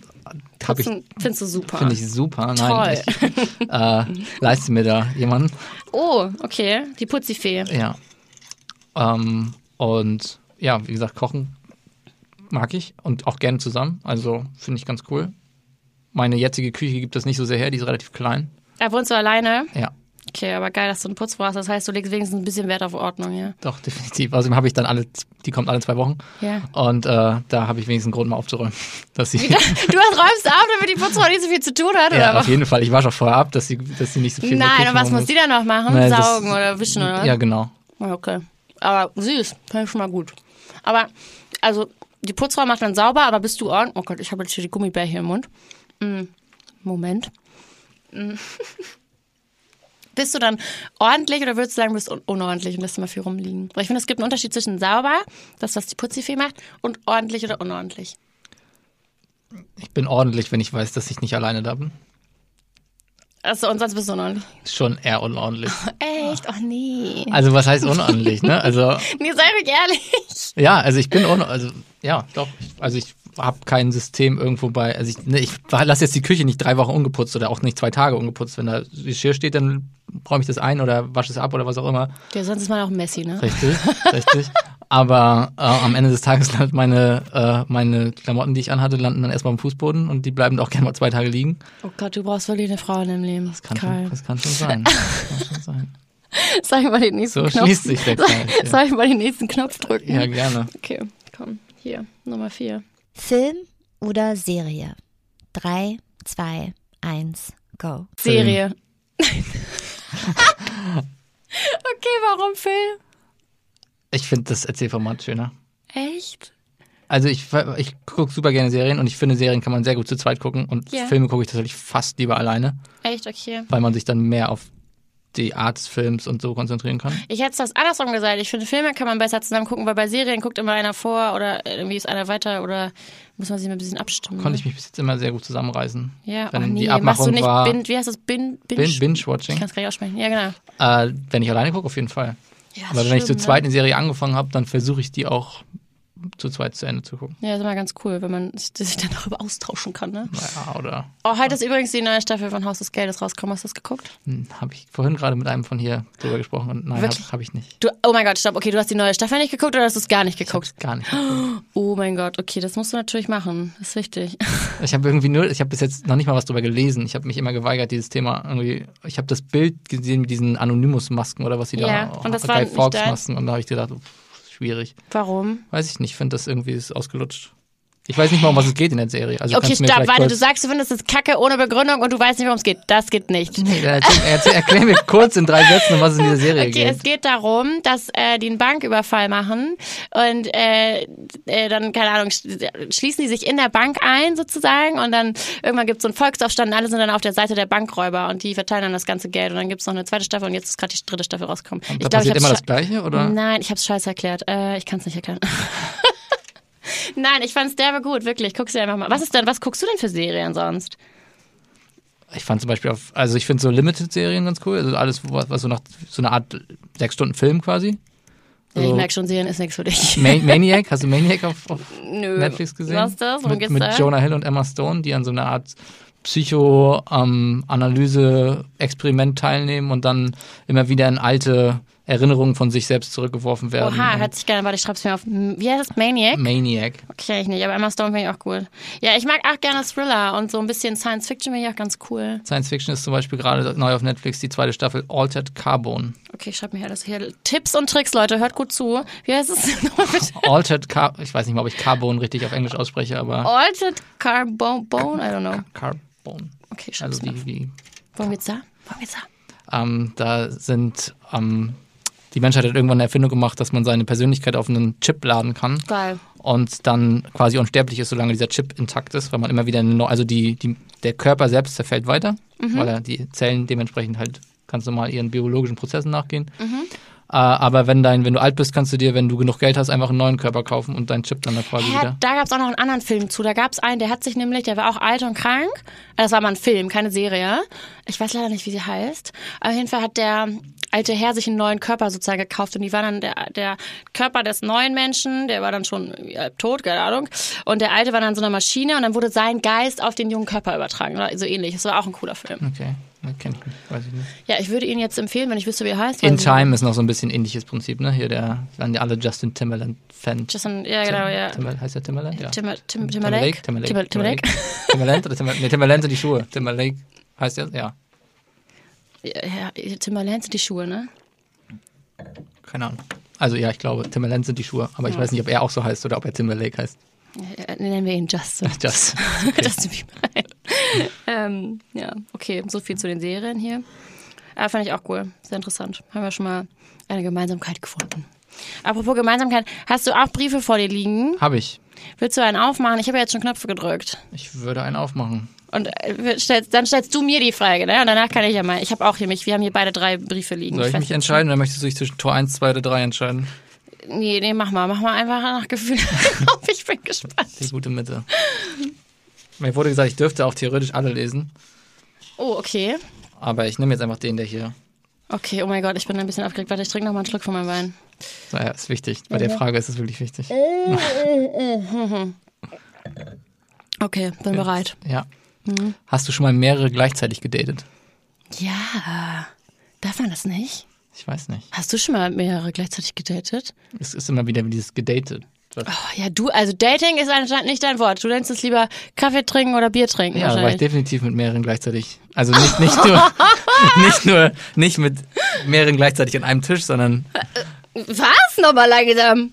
E: hab ich,
C: Putzen findest du super.
E: finde ich super. Nein,
C: *laughs*
E: ich äh, leiste mir da jemanden.
C: Oh, okay. Die Putzifee.
E: Ja. Ähm, und ja, wie gesagt, kochen mag ich und auch gerne zusammen. Also finde ich ganz cool. Meine jetzige Küche gibt das nicht so sehr her, die ist relativ klein.
C: Da wohnst du alleine.
E: Ja,
C: Okay, aber geil, dass du einen Putzfrau hast. Das heißt, du legst wenigstens ein bisschen Wert auf Ordnung, ja?
E: doch, definitiv. Außerdem habe ich dann alle, die kommt alle zwei Wochen.
C: Ja.
E: Und äh, da habe ich wenigstens einen Grund, mal aufzuräumen. *laughs* Dass sie,
C: *laughs* Du hast räumst ab, damit die Putzfrau nicht so viel zu tun hat, oder
E: ja, auf
C: was?
E: jeden Fall. Ich war schon vorher ab, dass sie, dass sie nicht so viel in der
C: Nein,
E: Küche
C: und was
E: machen
C: muss die dann noch machen?
E: Nein, das-
C: Saugen oder wischen oder was?
E: Ja, genau.
C: Ja, Okay. Aber süß, fand ich schon mal gut. Aber, also, die Putzfrau macht dann sauber, aber bist du ordentlich. Oh Gott, ich habe jetzt hier die Gummibärchen im Mund. Mm, Moment. Mm. *laughs* bist du dann ordentlich oder würdest du sagen, du bist un unordentlich und lässt immer viel rumliegen? Weil ich finde, es gibt einen Unterschied zwischen sauber, das, was die Putzifee macht, und ordentlich oder unordentlich.
E: Ich bin ordentlich, wenn ich weiß, dass ich nicht alleine da bin.
C: Also, und sonst bist du unordentlich.
E: Schon
C: *laughs*
E: eher unordentlich.
C: Echt? Oh nee.
E: Also was heißt unordentlich, ne?
C: *laughs*
E: Also
C: Nee, sei ruhig ehrlich.
E: Ja, also ich bin auch, noch- also ja, doch. Ich- Also ich habe kein System irgendwo bei, also ich, ne, ich lasse jetzt die Küche nicht drei Wochen ungeputzt oder auch nicht zwei Tage ungeputzt. Wenn da Geschirr steht, dann räume ich das ein oder wasche es ab oder was auch immer.
C: Ja, sonst ist man auch messy, ne?
E: Richtig, richtig. Aber äh, am Ende des Tages landet meine, äh, meine Klamotten, die ich anhatte, landen dann erstmal am Fußboden und die bleiben auch gerne mal zwei Tage liegen.
C: Oh Gott, du brauchst wirklich eine Frau in deinem Leben. Das
E: Kann schon, das kann schon sein. Das kann schon sein.
C: Soll ich mal den nächsten
E: So
C: Knopf?
E: schließt sich der
C: *laughs* soll,
E: Kreis, ja.
C: soll ich mal den nächsten Knopf drücken?
E: Ja, gerne.
C: Okay, komm. Hier, Nummer vier.
F: Film oder Serie? Drei, zwei, eins, go.
E: Film.
C: Serie.
E: *laughs*
C: okay, warum Film?
E: Ich finde das Erzählformat schöner.
C: Echt?
E: Also ich, ich gucke super gerne Serien und ich finde, Serien kann man sehr gut zu zweit gucken und
C: Ja.
E: Filme gucke ich tatsächlich fast lieber alleine,
C: Echt, okay.
E: weil man sich dann mehr auf die Art des Films und so konzentrieren kann.
C: Ich hätte das andersrum gesagt. Ich finde, Filme kann man besser zusammen gucken, weil bei Serien guckt immer einer vor oder irgendwie ist einer weiter oder muss man sich mal ein bisschen abstimmen.
E: Konnte
C: ne?
E: ich mich bis jetzt immer sehr gut zusammenreißen.
C: Ja,
E: wenn
C: oh nee,
E: die
C: machst du
E: Abmachung
C: nicht
E: war
C: bin, wie heißt das? Bin, bin,
E: Bin-
C: Ich kann
E: Binge-Watching,
C: es gar nicht aussprechen. Ja, genau.
E: äh, wenn ich alleine gucke, auf jeden Fall.
C: Ja,
E: Aber wenn ich zu
C: schlimm, ne?
E: zweit eine Serie angefangen habe, dann versuche ich die auch zu zweit zu Ende zu gucken.
C: Ja, ist immer ganz cool, wenn man sich sich dann darüber austauschen kann, ne?
E: Naja, oder
C: Oh, heute ist übrigens die neue Staffel von Haus des Geldes rausgekommen. Hast du das geguckt?
E: habe hm, ich vorhin gerade mit einem von hier drüber gesprochen und nein, habe
C: Wirklich?
E: hab ich nicht.
C: Du, oh mein Gott, stopp. Okay, du hast die neue Staffel nicht geguckt oder hast du es gar nicht
E: Ich habe
C: geguckt?
E: gar nicht.
C: Oh mein Gott, okay, das musst du natürlich machen. Das ist wichtig.
E: Ich habe irgendwie nur, ich habe bis jetzt noch nicht mal was drüber gelesen. Ich habe mich immer geweigert, dieses Thema irgendwie. Ich habe das Bild gesehen mit diesen Anonymous-Masken oder was die
C: Ja,
E: da.
C: und das
E: Guy
C: war nicht
E: Fawkes-Masken. Und da habe ich gedacht, pff, schwierig.
C: Warum?
E: Weiß ich nicht, finde das irgendwie ist ausgelutscht. Ich weiß nicht mal, um was es geht in der Serie. Also
C: okay,
E: kannst du mir
C: stopp,
E: vielleicht
C: warte.
E: kurz,
C: Du sagst, du findest es kacke ohne Begründung und du weißt nicht, worum es geht. Das geht nicht.
E: Nee, dann erzähl, erzähl, erklär mir kurz in drei Sätzen, um was es in der Serie
C: Okay,
E: geht.
C: es geht darum, dass äh, die einen Banküberfall machen und äh, äh, dann, keine Ahnung, sch- schließen die sich in der Bank ein sozusagen und dann irgendwann gibt es so einen Volksaufstand und alle sind dann auf der Seite der Bankräuber und die verteilen dann das ganze Geld und dann gibt es noch eine zweite Staffel und jetzt ist gerade die dritte Staffel rausgekommen.
E: Und
C: ich glaub,
E: da
C: ich
E: passiert
C: hab's
E: immer
C: scha-
E: das Gleiche, oder?
C: Nein, ich hab's scheiße erklärt. Äh, ich kann's nicht erklären. *laughs* Nein, ich fand's derbe gut, wirklich. Guck's dir einfach mal. Was ist denn, was guckst du denn für Serien sonst?
E: Ich fand zum Beispiel, auf, also ich finde so Limited-Serien ganz cool. Also alles, was, was so nach so eine Art sechs Stunden Film quasi.
C: Ja, Ich
E: So
C: merk schon, Serien ist nichts für dich. *laughs*
E: Man Maniac, hast du Maniac auf, auf
C: Nö.
E: Netflix gesehen.
C: Was ist das? Worum
E: mit,
C: geht's
E: mit
C: da?
E: Jonah Hill und Emma Stone, die an so einer Art Psycho-Analyse-Experiment teilnehmen und dann immer wieder in alte Erinnerungen von sich selbst zurückgeworfen werden.
C: Oha,
E: Und
C: hört sich gerne, warte, ich schreib's mir auf. Wie heißt das? Maniac?
E: Maniac.
C: Kenn ich nicht, aber Emma Stone finde ich auch gut. Ja, ich mag auch gerne Thriller und so ein bisschen Science Fiction finde ich auch ganz cool.
E: Science Fiction ist zum Beispiel gerade neu auf Netflix die zweite Staffel Altered Carbon.
C: Okay, ich schreib mir hier das hier. Tipps und Tricks, Leute, hört gut zu. Wie heißt es *laughs* nochmal bitte?
E: Altered Carbon, ich weiß nicht mal, ob ich Carbon richtig auf Englisch ausspreche, aber
C: Altered Carbon Bone? I don't know.
E: Carbon.
C: Okay, ich schreib's
E: Also
C: mir
E: die,
C: auf.
E: die
C: Worum geht's da? Worum geht's da?
E: Ähm, da sind ähm, die Menschheit hat irgendwann eine Erfindung gemacht, dass man seine Persönlichkeit auf einen Chip laden kann.
C: Geil.
E: und dann quasi unsterblich ist, solange dieser Chip intakt ist, weil man immer wieder, neu- also die, die, der Körper selbst zerfällt weiter,
C: Mhm.
E: weil er die Zellen dementsprechend halt ganz normal ihren biologischen Prozessen nachgehen.
C: Mhm.
E: Äh, aber wenn dein, wenn du alt bist, kannst du dir, wenn du genug Geld hast, einfach einen neuen Körper kaufen und deinen Chip dann da quasi
C: Hä,
E: wieder.
C: da gab es auch noch einen anderen Film zu. Da gab es einen, der hat sich nämlich, der war auch alt und krank. Das war mal ein Film, keine Serie. Ich weiß leider nicht, wie sie heißt. Auf jeden Fall hat der alte Herr sich einen neuen Körper sozusagen gekauft und die war dann der, der Körper des neuen Menschen, der war dann schon irgendwie halb tot, keine Ahnung. Und der alte war dann in so einer Maschine und dann wurde sein Geist auf den jungen Körper übertragen oder so ähnlich. Das war auch ein cooler Film.
E: Okay, das kenn ich nicht, weiß ich nicht.
C: Ja, ich würde ihn jetzt empfehlen, wenn ich wüsste, wie er heißt.
E: In
C: weil-
E: Time ist noch so ein bisschen ähnliches Prinzip, ne? Hier der, waren ja alle Justin Timberland-Fans.
C: Justin, ja, genau, ja.
E: Timberland, heißt der Timberland? Ja.
C: Tim, Tim, Timberlake.
E: Timberlake.
C: Timberlake.
E: Timberlake. Timberland oder Timberland? Nee, Timberland sind die Schuhe. Timberlake heißt ja, ja.
C: Ja, ja, Timberlake sind die Schuhe, ne?
E: Keine Ahnung. Also ja, ich glaube, Timberland sind die Schuhe. Aber ich weiß nicht, ob er auch so heißt oder ob er Timberlake heißt.
C: Äh, Nennen wir ihn
E: *laughs*
C: Justin. *laughs*
E: Das.
C: Justin Bieber. *laughs* ähm, ja, okay, so viel zu den Serien hier. Ah, fand ich auch cool, sehr interessant. Haben wir schon mal eine Gemeinsamkeit gefunden. Apropos Gemeinsamkeit, hast du auch Briefe vor dir liegen?
E: Habe ich.
C: Willst du einen aufmachen? Ich habe ja jetzt schon Knöpfe gedrückt.
E: Ich würde einen aufmachen.
C: Und äh, wir- stellst, dann stellst du mir die Frage, ne? Und danach kann ich ja mal. Ich habe auch hier mich, wir haben hier beide drei Briefe liegen.
E: Soll ich
C: weiß
E: mich
C: nicht.
E: entscheiden oder möchtest du dich zwischen Tor 1, 2 oder 3 entscheiden?
C: Nee, nee, mach mal. Mach mal einfach nach Gefühl. *laughs* auf. ich bin
E: Die
C: gespannt.
E: gute Mitte. Mir wurde gesagt, ich dürfte auch theoretisch alle lesen.
C: Oh, okay.
E: Aber ich nehme jetzt einfach den, der hier.
C: Okay, oh mein Gott, ich bin ein bisschen aufgeregt. Warte, ich trinke noch mal einen Schluck von meinem Wein.
E: Naja, ist wichtig. Bei der Frage ist es wirklich wichtig.
C: Okay, bin bereit.
E: Ja. Hast du schon mal mehrere gleichzeitig gedatet?
C: Ja. Darf man das nicht?
E: Ich weiß nicht.
C: Hast du schon mal mehrere gleichzeitig gedatet?
E: Es ist immer wieder dieses gedatet. Was-
C: Oh, ja, du, also Dating ist anscheinend nicht dein Wort. Du nennst es lieber Kaffee trinken oder Bier trinken
E: Ja, da war ich
C: wahrscheinlich.
E: definitiv mit mehreren gleichzeitig. Also nicht, nicht nur, *laughs* nicht nur, nicht mit mehreren gleichzeitig an einem Tisch, sondern,
C: Was? Nochmal langsam.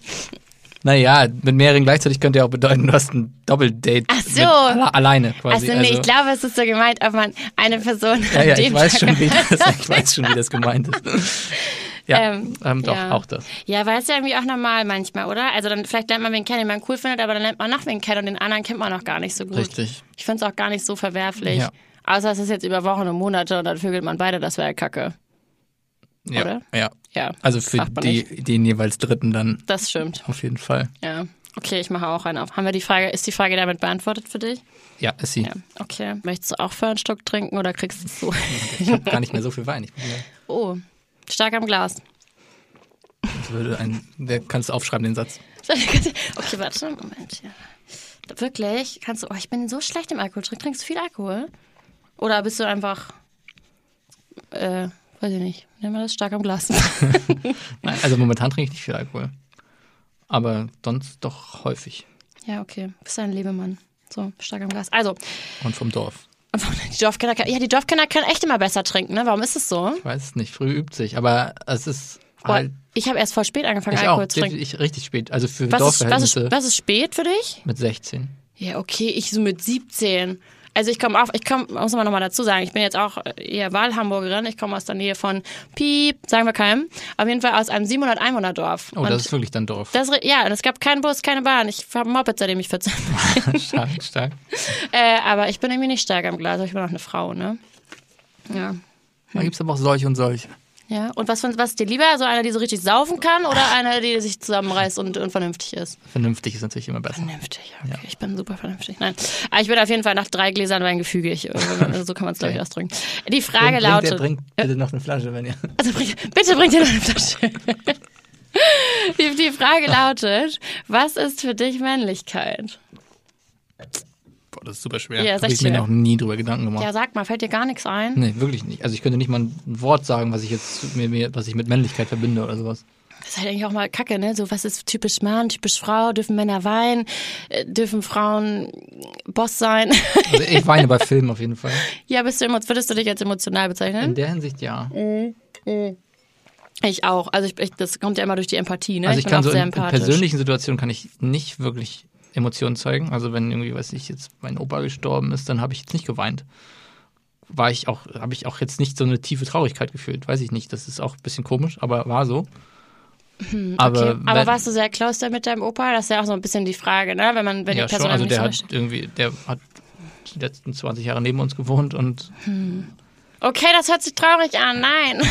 E: naja, mit mehreren gleichzeitig könnte ja auch bedeuten, du hast ein Doppeldate.
C: Ach so.
E: mit alle, alleine quasi.
C: Also, nee, ich glaube, es ist so gemeint, ob man eine Person
E: ja, ja,
C: an
E: ich
C: dem
E: weiß
C: Tag-
E: schon, wie das, ich weiß schon, wie das gemeint ist. Ja,
C: *laughs* Ähm,
E: ähm, doch,
C: ja.
E: auch das.
C: Ja, weil es ist ja irgendwie auch normal manchmal, oder? Also dann vielleicht lernt man wen kennen, den man cool findet, aber dann lernt man noch wen kennen und den anderen kennt man noch gar nicht so gut.
E: Richtig.
C: Ich find's auch gar nicht so verwerflich.
E: Ja.
C: Außer es ist jetzt über Wochen und Monate und dann vögelt man beide, das wäre ja kacke.
E: Ja,
C: Oder?
E: ja.
C: Ja.
E: Also für
C: macht man
E: die,
C: nicht.
E: den jeweils Dritten dann
C: Das stimmt.
E: auf jeden Fall.
C: Ja. Okay, ich mache auch einen auf. Haben wir die Frage, ist die Frage damit beantwortet für dich?
E: Ja, ist sie.
C: Ja. Okay. Möchtest du auch für einen Stück trinken oder kriegst du es
E: *laughs*
C: so?
E: Ich habe gar nicht mehr so viel Wein. Ich bin ja-
C: Oh, stark am Glas. *laughs*
E: das würde ein, der kannst du aufschreiben, den Satz.
C: Okay, warte, Moment. Ja. Wirklich? Kannst du. Oh, ich bin so schlecht im Alkohol. Trink- Trinkst du viel Alkohol? Oder bist du einfach. Äh, weiß ich nicht. Nehmen wir das stark am
E: *laughs*
C: Glas.
E: Nein, also momentan trinke ich nicht viel Alkohol. Aber sonst doch häufig.
C: ja, okay. Bist ein Lebemann. So, stark am Glas. Also, *laughs*
E: Und vom Dorf.
C: die Dorfkinder, können- ja, die Dorfkinder können echt immer besser trinken, ne? Warum ist es so?
E: Ich weiß es nicht, früh übt sich. Aber es ist
C: Boah,
E: halt.
C: ich habe erst voll spät angefangen,
E: Ich
C: Alkohol
E: auch.
C: zu trinken.
E: Ich, richtig spät. Also
C: Was
E: für
C: ist, was,
E: Dorfverhältnisse
C: ist, was ist spät für dich?
E: mit 16.
C: Ja, okay, ich so mit 17. Also ich komme auf, ich komme, muss man nochmal dazu sagen, ich bin jetzt auch äh, eher Wahlhamburgerin, ich komme aus der Nähe von Piep, sagen wir keinem, auf jeden Fall aus einem 700 Einwohner Dorf.
E: Oh,
C: und
E: das ist wirklich dann Dorf.
C: das, ri- ja, und es gab keinen Bus, keine Bahn. Ich habe ein Moped, seitdem ich 14
E: *laughs* stark, stark.
C: bin. äh, aber ich bin irgendwie nicht stark am Glas, aber ich bin auch eine Frau, ne? Ja.
E: Da gibt es aber auch solche und solche.
C: Ja. Und was, find- was ist dir lieber? So einer, die so richtig saufen kann oder einer, die sich zusammenreißt und, und vernünftig ist?
E: Vernünftig ist natürlich immer besser.
C: Vernünftig, okay. Ich bin super vernünftig. Nein. Aber ich bin auf jeden Fall nach drei Gläsern Wein gefügig.
E: *laughs*
C: Also so kann man es, glaube ich,
E: Okay.
C: ausdrücken. Die Frage lautet.
E: Trinkt bitte noch eine Flasche, wenn ihr.
C: Also bring, bitte bringt ihr noch eine Flasche. *laughs* Die, die Frage lautet, was ist für dich Männlichkeit?
E: Boah, das ist super schwer.
C: Ja,
E: Ja,
C: ist
E: Habe
C: echt
E: ich mir
C: schwer.
E: noch nie drüber Gedanken gemacht.
C: Ja, sag mal, fällt dir gar nichts ein?
E: Nee, wirklich nicht. Also ich könnte nicht mal ein Wort sagen, was ich jetzt mir, mir, was ich mit Männlichkeit verbinde oder sowas.
C: Das ist halt eigentlich auch mal Kacke, ne? So, was ist typisch Mann, typisch Frau? Dürfen Männer weinen? Äh, Dürfen Frauen Boss sein? *laughs*
E: Also ich weine bei Filmen auf jeden Fall.
C: ja, bist du emo- würdest du dich als emotional
E: In
C: bezeichnen?
E: der Hinsicht ja.
C: Ich auch. Also ich, ich, das kommt ja immer durch die Empathie, ne?
E: Also ich
C: bin
E: kann
C: auch
E: so
C: sehr
E: in, in
C: empathisch.
E: persönlichen Situationen kann ich nicht wirklich Emotionen zeigen. Also wenn irgendwie, weiß ich, jetzt mein Opa gestorben ist, dann habe ich jetzt nicht geweint. War ich auch, habe ich auch jetzt nicht so eine tiefe Traurigkeit gefühlt. Weiß ich nicht. Das ist auch ein bisschen komisch, aber war so. Aber,
C: Hm, Aber
E: wenn-
C: warst du sehr close da mit deinem Opa? Das ist ja auch so ein bisschen die Frage, ne? Wenn man, wenn
E: ja,
C: die Person
E: schon. Also
C: einem nicht
E: der
C: so
E: hat
C: versteht.
E: irgendwie, der hat die letzten 20 Jahre neben uns gewohnt und *laughs*
C: Okay, das hört sich traurig an, nein.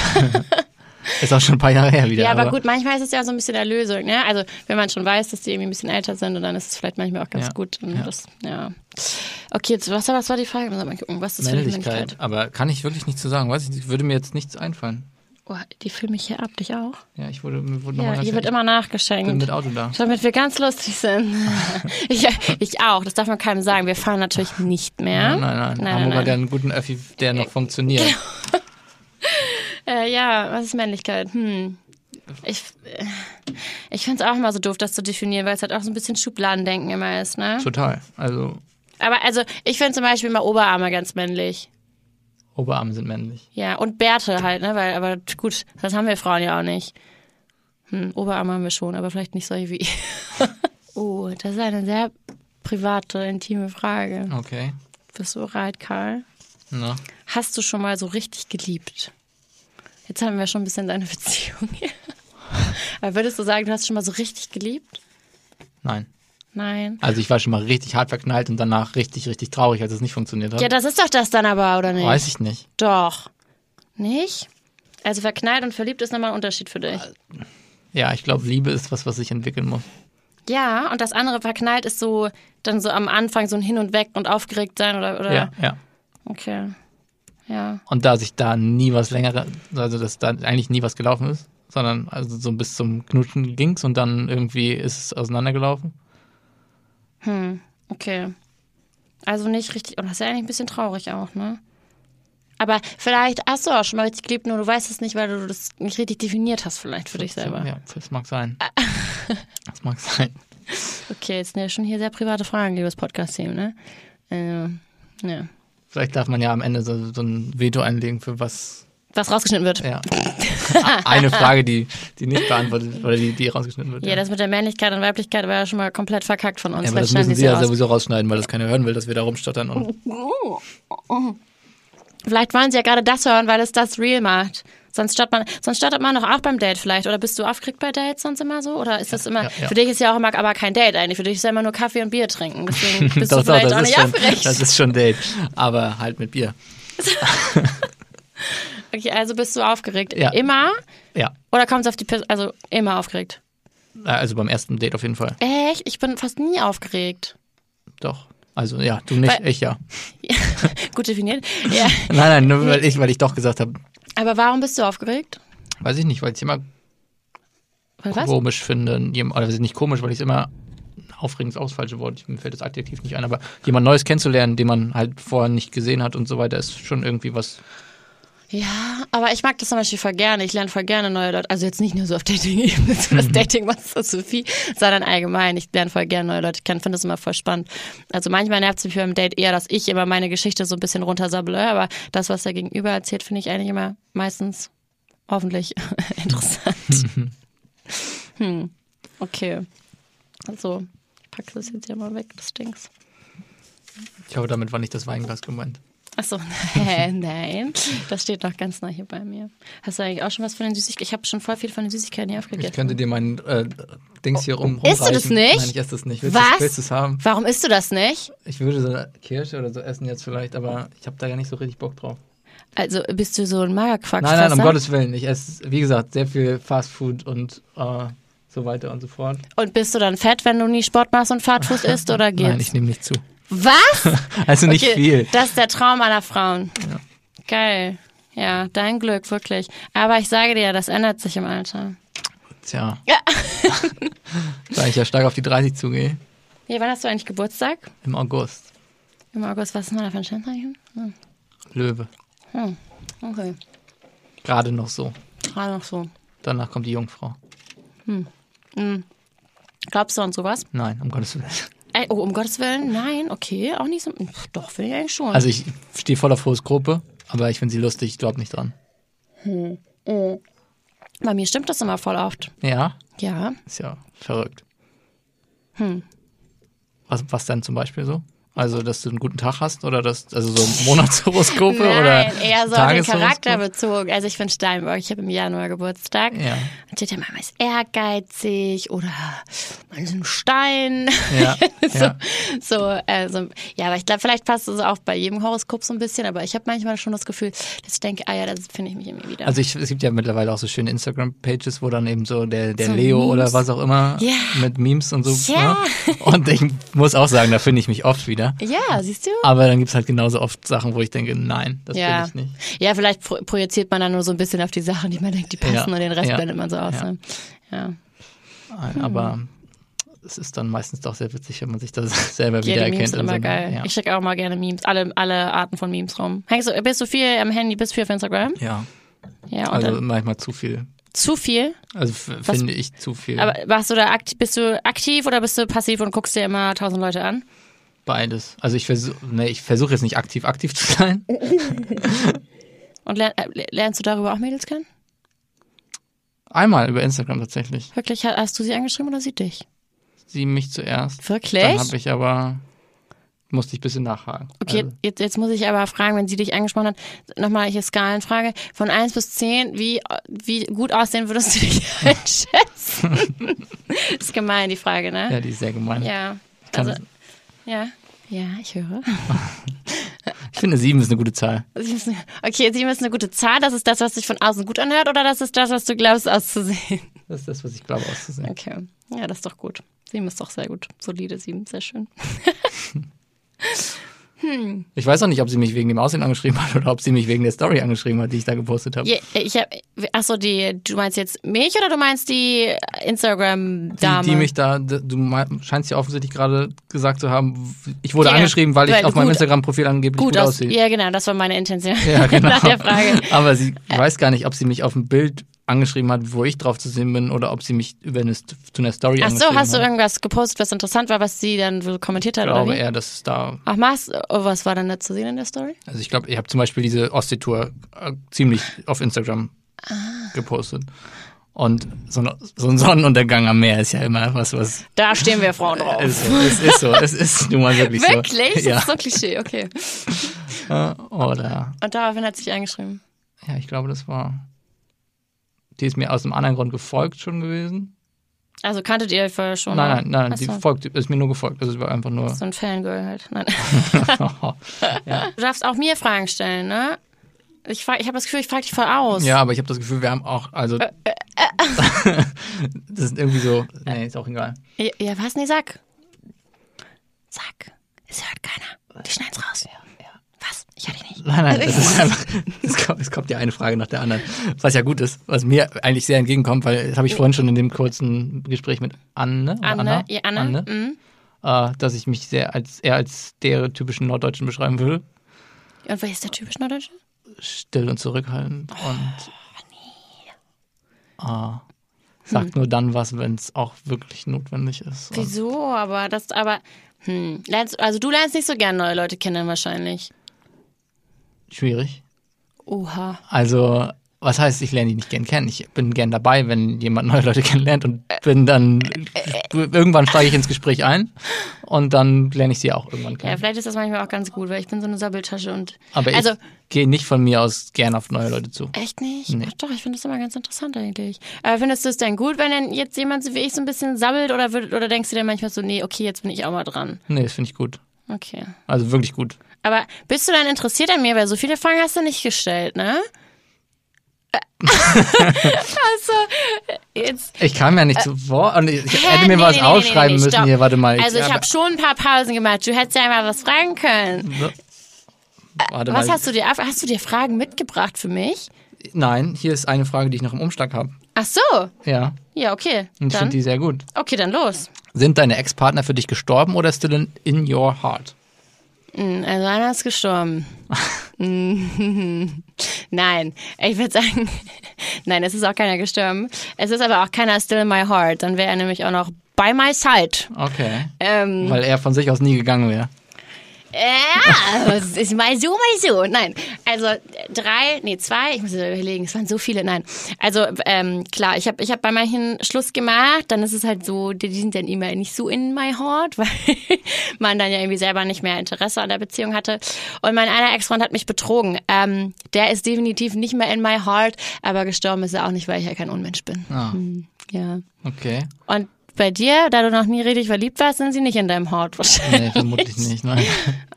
E: ist auch schon ein paar Jahre her *laughs* wieder.
C: Ja, aber gut, manchmal ist es ja so ein bisschen Erlösung, ne? Also wenn man schon weiß, dass die irgendwie ein bisschen älter sind und dann ist es vielleicht manchmal auch ganz
E: Ja,
C: gut. Und
E: ja.
C: Das, ja. Okay, jetzt, was, was war die Frage? Muss mal gucken, Was ist für eine Männlichkeit?
E: Männlichkeit. Aber kann ich wirklich nichts zu sagen. Weiß ich, nicht, würde mir jetzt nichts einfallen.
C: Oh, die filmen mich hier ab, dich auch.
E: Ja, ich wurde, mir wurde
C: Ja,
E: nochmal
C: hier wird immer
E: Ich bin
C: nachgeschenkt.
E: mit Auto da.
C: Damit wir ganz lustig
E: *laughs*
C: sind. *laughs* ich, ich auch, das darf man keinem sagen. Wir fahren natürlich nicht mehr.
E: Nein, nein, nein. Haben wir mal einen guten Öffi, der noch funktioniert.
C: genau. Äh, ja, was ist Männlichkeit? Hm. Ich, äh, ich finde es auch immer so doof, das zu definieren, weil es halt auch so ein bisschen Schubladendenken immer ist, ne?
E: Total. Also
C: Aber also, ich finde zum Beispiel mal Oberarme ganz männlich.
E: Oberarme sind männlich.
C: Ja, und Bärte halt, ne? Weil, aber gut, das haben wir Frauen ja auch nicht. Hm, Oberarme haben wir schon, aber vielleicht nicht solche wie ich. *laughs* oh, das ist eine sehr private, intime Frage.
E: Okay.
C: Bist du bereit, Karl?
E: Na.
C: Hast du schon mal so richtig geliebt? Jetzt haben wir schon ein bisschen deine *laughs* Beziehung hier. Aber würdest du sagen, du hast schon mal so richtig geliebt?
E: Nein.
C: Nein.
E: Also ich war schon mal richtig hart verknallt und danach richtig, richtig traurig, als es nicht funktioniert hat.
C: Ja, das ist doch das dann aber, oder nicht?
E: Weiß ich nicht.
C: Doch. Nicht? Also verknallt und verliebt ist nochmal ein Unterschied für dich.
E: Also- Ja, ich glaube, Liebe ist was, was sich entwickeln muss.
C: Ja, und das andere verknallt ist so dann so am Anfang so ein Hin und Weg und aufgeregt sein oder. oder?
E: Ja, ja.
C: Okay. Ja.
E: Und da sich da nie was länger, also dass da eigentlich nie was gelaufen ist, sondern also so bis zum Knutschen ging's und dann irgendwie ist es auseinandergelaufen.
C: Okay. Also nicht richtig. Und das ist ja eigentlich ein bisschen traurig auch, ne? Aber vielleicht hast du auch schon mal richtig geliebt, nur du weißt es nicht, weil du das nicht richtig definiert hast, vielleicht für dich selber.
E: Ja, das mag sein. Das mag sein.
C: Okay, jetzt sind ja schon hier sehr private Fragen, liebes Podcast-Team, ne? Ähm, ja.
E: Vielleicht darf man ja am Ende so, so ein Veto einlegen für was.
C: Was rausgeschnitten wird. *laughs*
E: Ja. Eine Frage, die, die nicht beantwortet oder die, die rausgeschnitten wird.
C: Ja, das mit der Männlichkeit und Weiblichkeit war ja schon mal komplett verkackt von uns.
E: ja, aber das
C: Vielleicht schneiden
E: müssen sie
C: sie es
E: ja
C: raus. Oh,
E: sowieso rausschneiden, weil das keiner hören will, dass wir da rumstottern. Und
C: Vielleicht wollen sie ja gerade das hören, weil es das real macht. Sonst startet man, sonst startet man doch auch beim Date vielleicht. Oder bist du aufgeregt bei Dates sonst immer so? Oder ist das immer,
E: ja, ja.
C: für dich ist ja auch immer aber kein Date eigentlich. Für dich ist ja immer nur Kaffee und Bier trinken.
E: *laughs*
C: Deswegen bist du
E: Doch, doch,
C: vielleicht auch nicht
E: schon,
C: aufgeregt.
E: das ist schon Date. Aber halt mit Bier.
C: Okay, also bist du aufgeregt.
E: Ja.
C: Immer?
E: Ja,
C: Oder kommt es auf die Person, also immer aufgeregt?
E: also beim ersten Date auf jeden Fall.
C: Echt? Ich bin fast nie aufgeregt. *laughs*
E: Doch. Also ja, du nicht,
C: Weil-
E: ich ja.
C: Gut definiert. Ja.
E: Nein, nein, nur weil ich, weil ich doch gesagt habe,
C: Aber warum bist du aufgeregt?
E: weiß ich nicht, weil ich es immer
C: Weil was?
E: komisch finde, jem- oder also nicht komisch, weil ich es immer aufregend ist auch das falsche Wort, mir fällt das Adjektiv nicht ein, aber jemand Neues kennenzulernen, den man halt vorher nicht gesehen hat und so weiter, ist schon irgendwie was.
C: Ja, aber ich mag das zum Beispiel voll gerne. Ich lerne voll gerne neue Leute. Also jetzt nicht nur so auf *laughs* Dating-Ebene, so das Dating was das so viel, sondern allgemein. Ich lerne voll gerne neue Leute kennen, finde das immer voll spannend. Also manchmal nervt es mich beim Date eher, dass ich immer meine Geschichte so ein bisschen runtersabble, aber das, was der Gegenüber erzählt, finde ich eigentlich immer meistens hoffentlich *laughs* interessant. hm, okay. Also, ich packe das jetzt hier mal weg, das Dings.
E: Ich glaube, damit war nicht das Weinglas gemeint.
C: Achso, *laughs* nein, das steht noch ganz nah hier bei mir. Hast du eigentlich auch schon was von den Süßigkeiten? Ich habe schon voll viel von den Süßigkeiten hier aufgegessen.
E: Ich könnte dir mein äh, Dings hier rum
C: Oh, Isst du
E: rumreichen.
C: das nicht?
E: Nein, ich esse das nicht. Willst
C: Was?
E: du's- Willst du es haben?
C: Warum isst du das nicht?
E: Ich würde so eine Kirsche oder so essen jetzt vielleicht, aber ich habe da ja nicht so richtig Bock drauf.
C: Also bist du so ein Magerquark?
E: Nein, nein, um Gottes Willen. Ich esse, wie gesagt, sehr viel Fast Food und äh, so weiter und so fort.
C: Und bist du dann fett, wenn du nie Sport machst und Fatfuß isst oder geht's?
E: Nein, ich nehme nicht zu.
C: Was?
E: Also *laughs* nicht
C: Okay,
E: viel.
C: Das ist der Traum aller Frauen. Geil. Ja, dein Glück, wirklich. Aber ich sage dir, das ändert sich im Alter.
E: Tja. *laughs* da ich ja stark auf die 30 zugehe,
C: Nee, wann hast du eigentlich Geburtstag?
E: im August.
C: Im August, was ist denn da für ein Sternzeichen? Hm,
E: Löwe.
C: Okay,
E: Gerade noch so.
C: gerade noch so.
E: Danach kommt die Jungfrau.
C: Glaubst du an sowas?
E: Nein, um Gottes Willen.
C: Ey, Oh, um Gottes Willen, nein, okay, auch nicht so. Pff, Doch, finde ich eigentlich schon.
E: Also ich stehe voll auf Horoskope, aber ich finde sie lustig, ich glaube nicht dran.
C: Bei mir stimmt das immer voll oft.
E: Ja,
C: Ja.
E: ist ja verrückt. Hm. Was, was denn zum Beispiel so? Also, dass du einen guten Tag hast oder dass, also so Monatshoroskope
C: *laughs*
E: oder
C: Nein, eher so auf den
E: Tageshoroskope?
C: Charakter bezogen. Also ich bin Steinbock, ich habe im Januar Geburtstag.
E: Ja.
C: Und steht ja mal, man ist ehrgeizig oder man ist ein Stein.
E: Ja, ja.
C: *laughs* so, so, äh, so, ja, aber ich glaube, vielleicht passt es auch bei jedem Horoskop so ein bisschen, aber ich habe manchmal schon das Gefühl, dass ich denke, ah ja, da finde ich mich irgendwie wieder.
E: Also ich, es gibt ja mittlerweile auch so schöne Instagram-Pages, wo dann eben so der, der Leo oder was auch immer
C: Ja.
E: mit Memes und so.
C: Ja.
E: Ne? Und ich muss auch sagen, da finde ich mich oft wieder.
C: ja, siehst du?
E: Aber dann gibt's halt genauso oft Sachen, wo ich denke, nein, das
C: ja.
E: bin ich nicht.
C: ja, vielleicht pro projiziert man dann nur so ein bisschen auf die Sachen, die man denkt, die passen
E: Ja,
C: und den Rest
E: ja,
C: blendet man so aus.
E: ja.
C: Ne? Ja. Hm.
E: Nein, Aber es ist dann meistens doch sehr witzig, wenn man sich das *laughs* selber
C: Ja, die
E: wiedererkennt.
C: Memes sind
E: in so
C: immer
E: einem-
C: geil.
E: Ja.
C: Ich schicke auch mal gerne Memes, alle, alle Arten von Memes rum. Hängst du, bist du viel am Handy, bist du viel auf Instagram?
E: ja,
C: Ja, und
E: also
C: dann
E: manchmal zu viel.
C: zu viel.
E: Also f-
C: Was-
E: finde ich zu viel.
C: Aber warst du da aktiv, bist du aktiv oder bist du passiv und guckst dir immer tausend Leute an?
E: Beides. Also ich versuche nee, ich versuche jetzt nicht aktiv aktiv *laughs* zu sein.
C: Und lern, äh, lernst du darüber auch Mädels kennen?
E: Einmal über Instagram tatsächlich.
C: Wirklich, ha- hast du sie angeschrieben oder sie dich?
E: Sie mich zuerst. Dann
C: Wirklich?
E: habe ich aber musste ich ein bisschen nachhaken.
C: Okay,
E: Also,
C: jetzt, jetzt muss ich aber fragen, wenn sie dich angesprochen hat, nochmal hier Skalenfrage. Von 1 bis 10, wie, wie gut aussehen würdest du dich *laughs* einschätzen? ist gemein, die Frage, ne?
E: ja, die ist sehr gemein.
C: Ja,
E: Kann-
C: also, ja, ja, ich höre.
E: ich finde sieben ist eine gute Zahl.
C: Sie müssen- Okay, sieben ist eine gute Zahl. Das ist das, was sich von außen gut anhört, oder das ist das, was du glaubst, auszusehen?
E: Das ist das, was ich glaube auszusehen.
C: Okay, ja, das ist doch gut. Sieben ist doch sehr gut. Solide sieben, sehr schön.
E: Ich weiß auch nicht, ob sie mich wegen dem Aussehen angeschrieben hat oder ob sie mich wegen der Story angeschrieben hat, die ich da gepostet habe.
C: Ja, ich hab, ach so, die, du meinst jetzt mich oder du meinst die Instagram-Dame?
E: Die, die mich da, d- du mei- scheinst ja offensichtlich gerade gesagt zu haben, ich wurde
C: Ja,
E: angeschrieben, weil ich
C: weil du
E: auf meinem
C: gut-
E: Instagram-Profil angeblich gut,
C: gut aus.
E: aussehe.
C: Ja, genau, das war meine Intention.
E: *laughs* Ja,
C: *laughs*
E: genau.
C: Nach der
E: *laughs*
C: Frage.
E: Aber sie weiß gar nicht, ob sie mich auf ein Bild angeschrieben hat, wo ich drauf zu sehen bin, oder ob sie mich über eine, St- zu einer Story
C: Ach so,
E: angeschrieben
C: hast du
E: hat.
C: irgendwas gepostet, was interessant war, was sie dann wohl kommentiert hat?
E: Ich
C: Oder
E: glaube
C: wie?
E: eher, dass es da.
C: Ach, machst oh, was war denn da zu sehen in der Story?
E: Also ich glaube, ich habe zum Beispiel diese Ostsee-Tour äh, ziemlich auf Instagram
C: Ah.
E: gepostet. Und so, ein- so ein Sonnenuntergang am Meer ist ja immer was, was.
C: Da stehen wir
E: *laughs*
C: Frauen drauf.
E: Es, es Äh, ist so, es ist nun mal wirklich,
C: Oh. Wirklich?
E: so.
C: Das
E: Ja.
C: ist so ein Klischee, okay.
E: Oder
C: Und daraufhin hat sie dich angeschrieben.
E: ja, ich glaube, das war. Die ist mir aus einem anderen Grund gefolgt schon gewesen.
C: Also kanntet ihr euch vorher schon? oder?
E: Nein, nein, nein,
C: Ach
E: die
C: so.
E: folgt, ist mir nur gefolgt. Also es war einfach nur.
C: So ein Fangirl halt.
E: *laughs*
C: Nein. Du darfst auch mir Fragen stellen, ne? Ich, frag- ich habe das Gefühl, ich frage dich voll aus. Äh,
E: ja, aber ich habe das Gefühl, wir haben auch, also. *laughs* das ist irgendwie so. Nee, ist auch egal.
C: Ja, ja, was? Nee, sag. Sag. Es hört keiner. Die schneiden's raus. Was? Ich höre dich nicht.
E: Nein, nein,
C: *laughs*
E: das ist einfach, es kommt, es kommt ja eine Frage nach der anderen. Was ja gut ist, was mir eigentlich sehr entgegenkommt, weil das habe ich vorhin schon in dem kurzen Gespräch mit Anne, oder
C: Anne,
E: Anna,
C: ihr Anne, mhm.
E: äh, dass ich mich sehr als, eher als stereotypischen Norddeutschen beschreiben würde.
C: Und wer ist der typisch Norddeutsche?
E: still und zurückhaltend
C: Oh,
E: und ah, sagt
C: Hm.
E: nur dann was, wenn es auch wirklich notwendig ist. Und
C: Wieso? Aber das, aber. Hm. Lernst, also du lernst nicht so gern neue Leute kennen wahrscheinlich.
E: schwierig.
C: Oha.
E: Also, was heißt, ich lerne die nicht gern kennen? Ich bin gern dabei, wenn jemand neue Leute *laughs* kennenlernt und bin dann irgendwann
C: *laughs*
E: steige ich ins Gespräch ein und dann lerne ich sie auch irgendwann
C: Ja,
E: kennen.
C: vielleicht ist das manchmal auch ganz gut, weil ich bin so eine Sabbeltasche und.
E: Aber ich
C: also,
E: gehe nicht von mir aus gern auf neue Leute zu.
C: Echt nicht?
E: Nee.
C: Ach doch, ich finde das immer ganz interessant eigentlich. Aber findest du es denn gut, wenn denn jetzt jemand so wie ich so ein bisschen sabbelt oder, würd, oder denkst du dir manchmal so, nee, okay, jetzt bin ich auch mal dran?
E: Nee, das finde ich gut.
C: Okay.
E: Also wirklich gut.
C: Aber bist du dann interessiert an mir? Weil so viele Fragen hast du nicht gestellt, ne? *laughs* Ä- also, jetzt.
E: Ich kam ja nicht zu Wort und ich, ich
C: Hä?
E: hätte mir
C: Nee,
E: was
C: nee, nee,
E: aufschreiben
C: nee, nee,
E: müssen
C: stopp.
E: hier. Warte mal.
C: Also, ich
E: aber-
C: habe schon ein paar Pausen gemacht. Du hättest ja einmal was fragen können.
E: Ne? Warte
C: Was
E: mal.
C: hast du dir, hast du dir Fragen mitgebracht für mich?
E: Nein, hier ist eine Frage, die ich noch im Umschlag habe.
C: Ach so.
E: Ja,
C: Ja, okay.
E: und ich
C: Dann.
E: finde die sehr gut.
C: Okay, dann los.
E: Sind deine Ex-Partner für dich gestorben oder still in, in your heart?
C: Mm, Also einer ist gestorben. Mm, *laughs* nein, ich würde sagen, *laughs* nein, es ist auch keiner gestorben. Es ist aber auch keiner still in my heart. Dann wäre er nämlich auch noch by my side.
E: Okay.
C: Ähm,
E: Weil er von sich aus nie gegangen wäre.
C: Ja, es ist mal so, mal so. Nein, also äh, drei, nee, zwei, ich muss mir überlegen, es waren so viele, nein. Also ähm, klar, ich habe ich hab bei manchen Schluss gemacht, dann ist es halt so, die, die sind dann immer nicht so in my heart, *laughs* weil man dann ja irgendwie selber nicht mehr Interesse an der Beziehung hatte. Und mein einer Ex-Freund hat mich betrogen. Ähm, der ist definitiv nicht mehr in my heart, aber gestorben ist er auch nicht, weil ich ja kein Unmensch bin.
E: Ah.
C: Hm, ja.
E: Okay.
C: Und bei dir, da du noch nie richtig verliebt warst, sind sie nicht in deinem Heart *laughs* wahrscheinlich.
E: Nee, vermutlich nicht. Nein.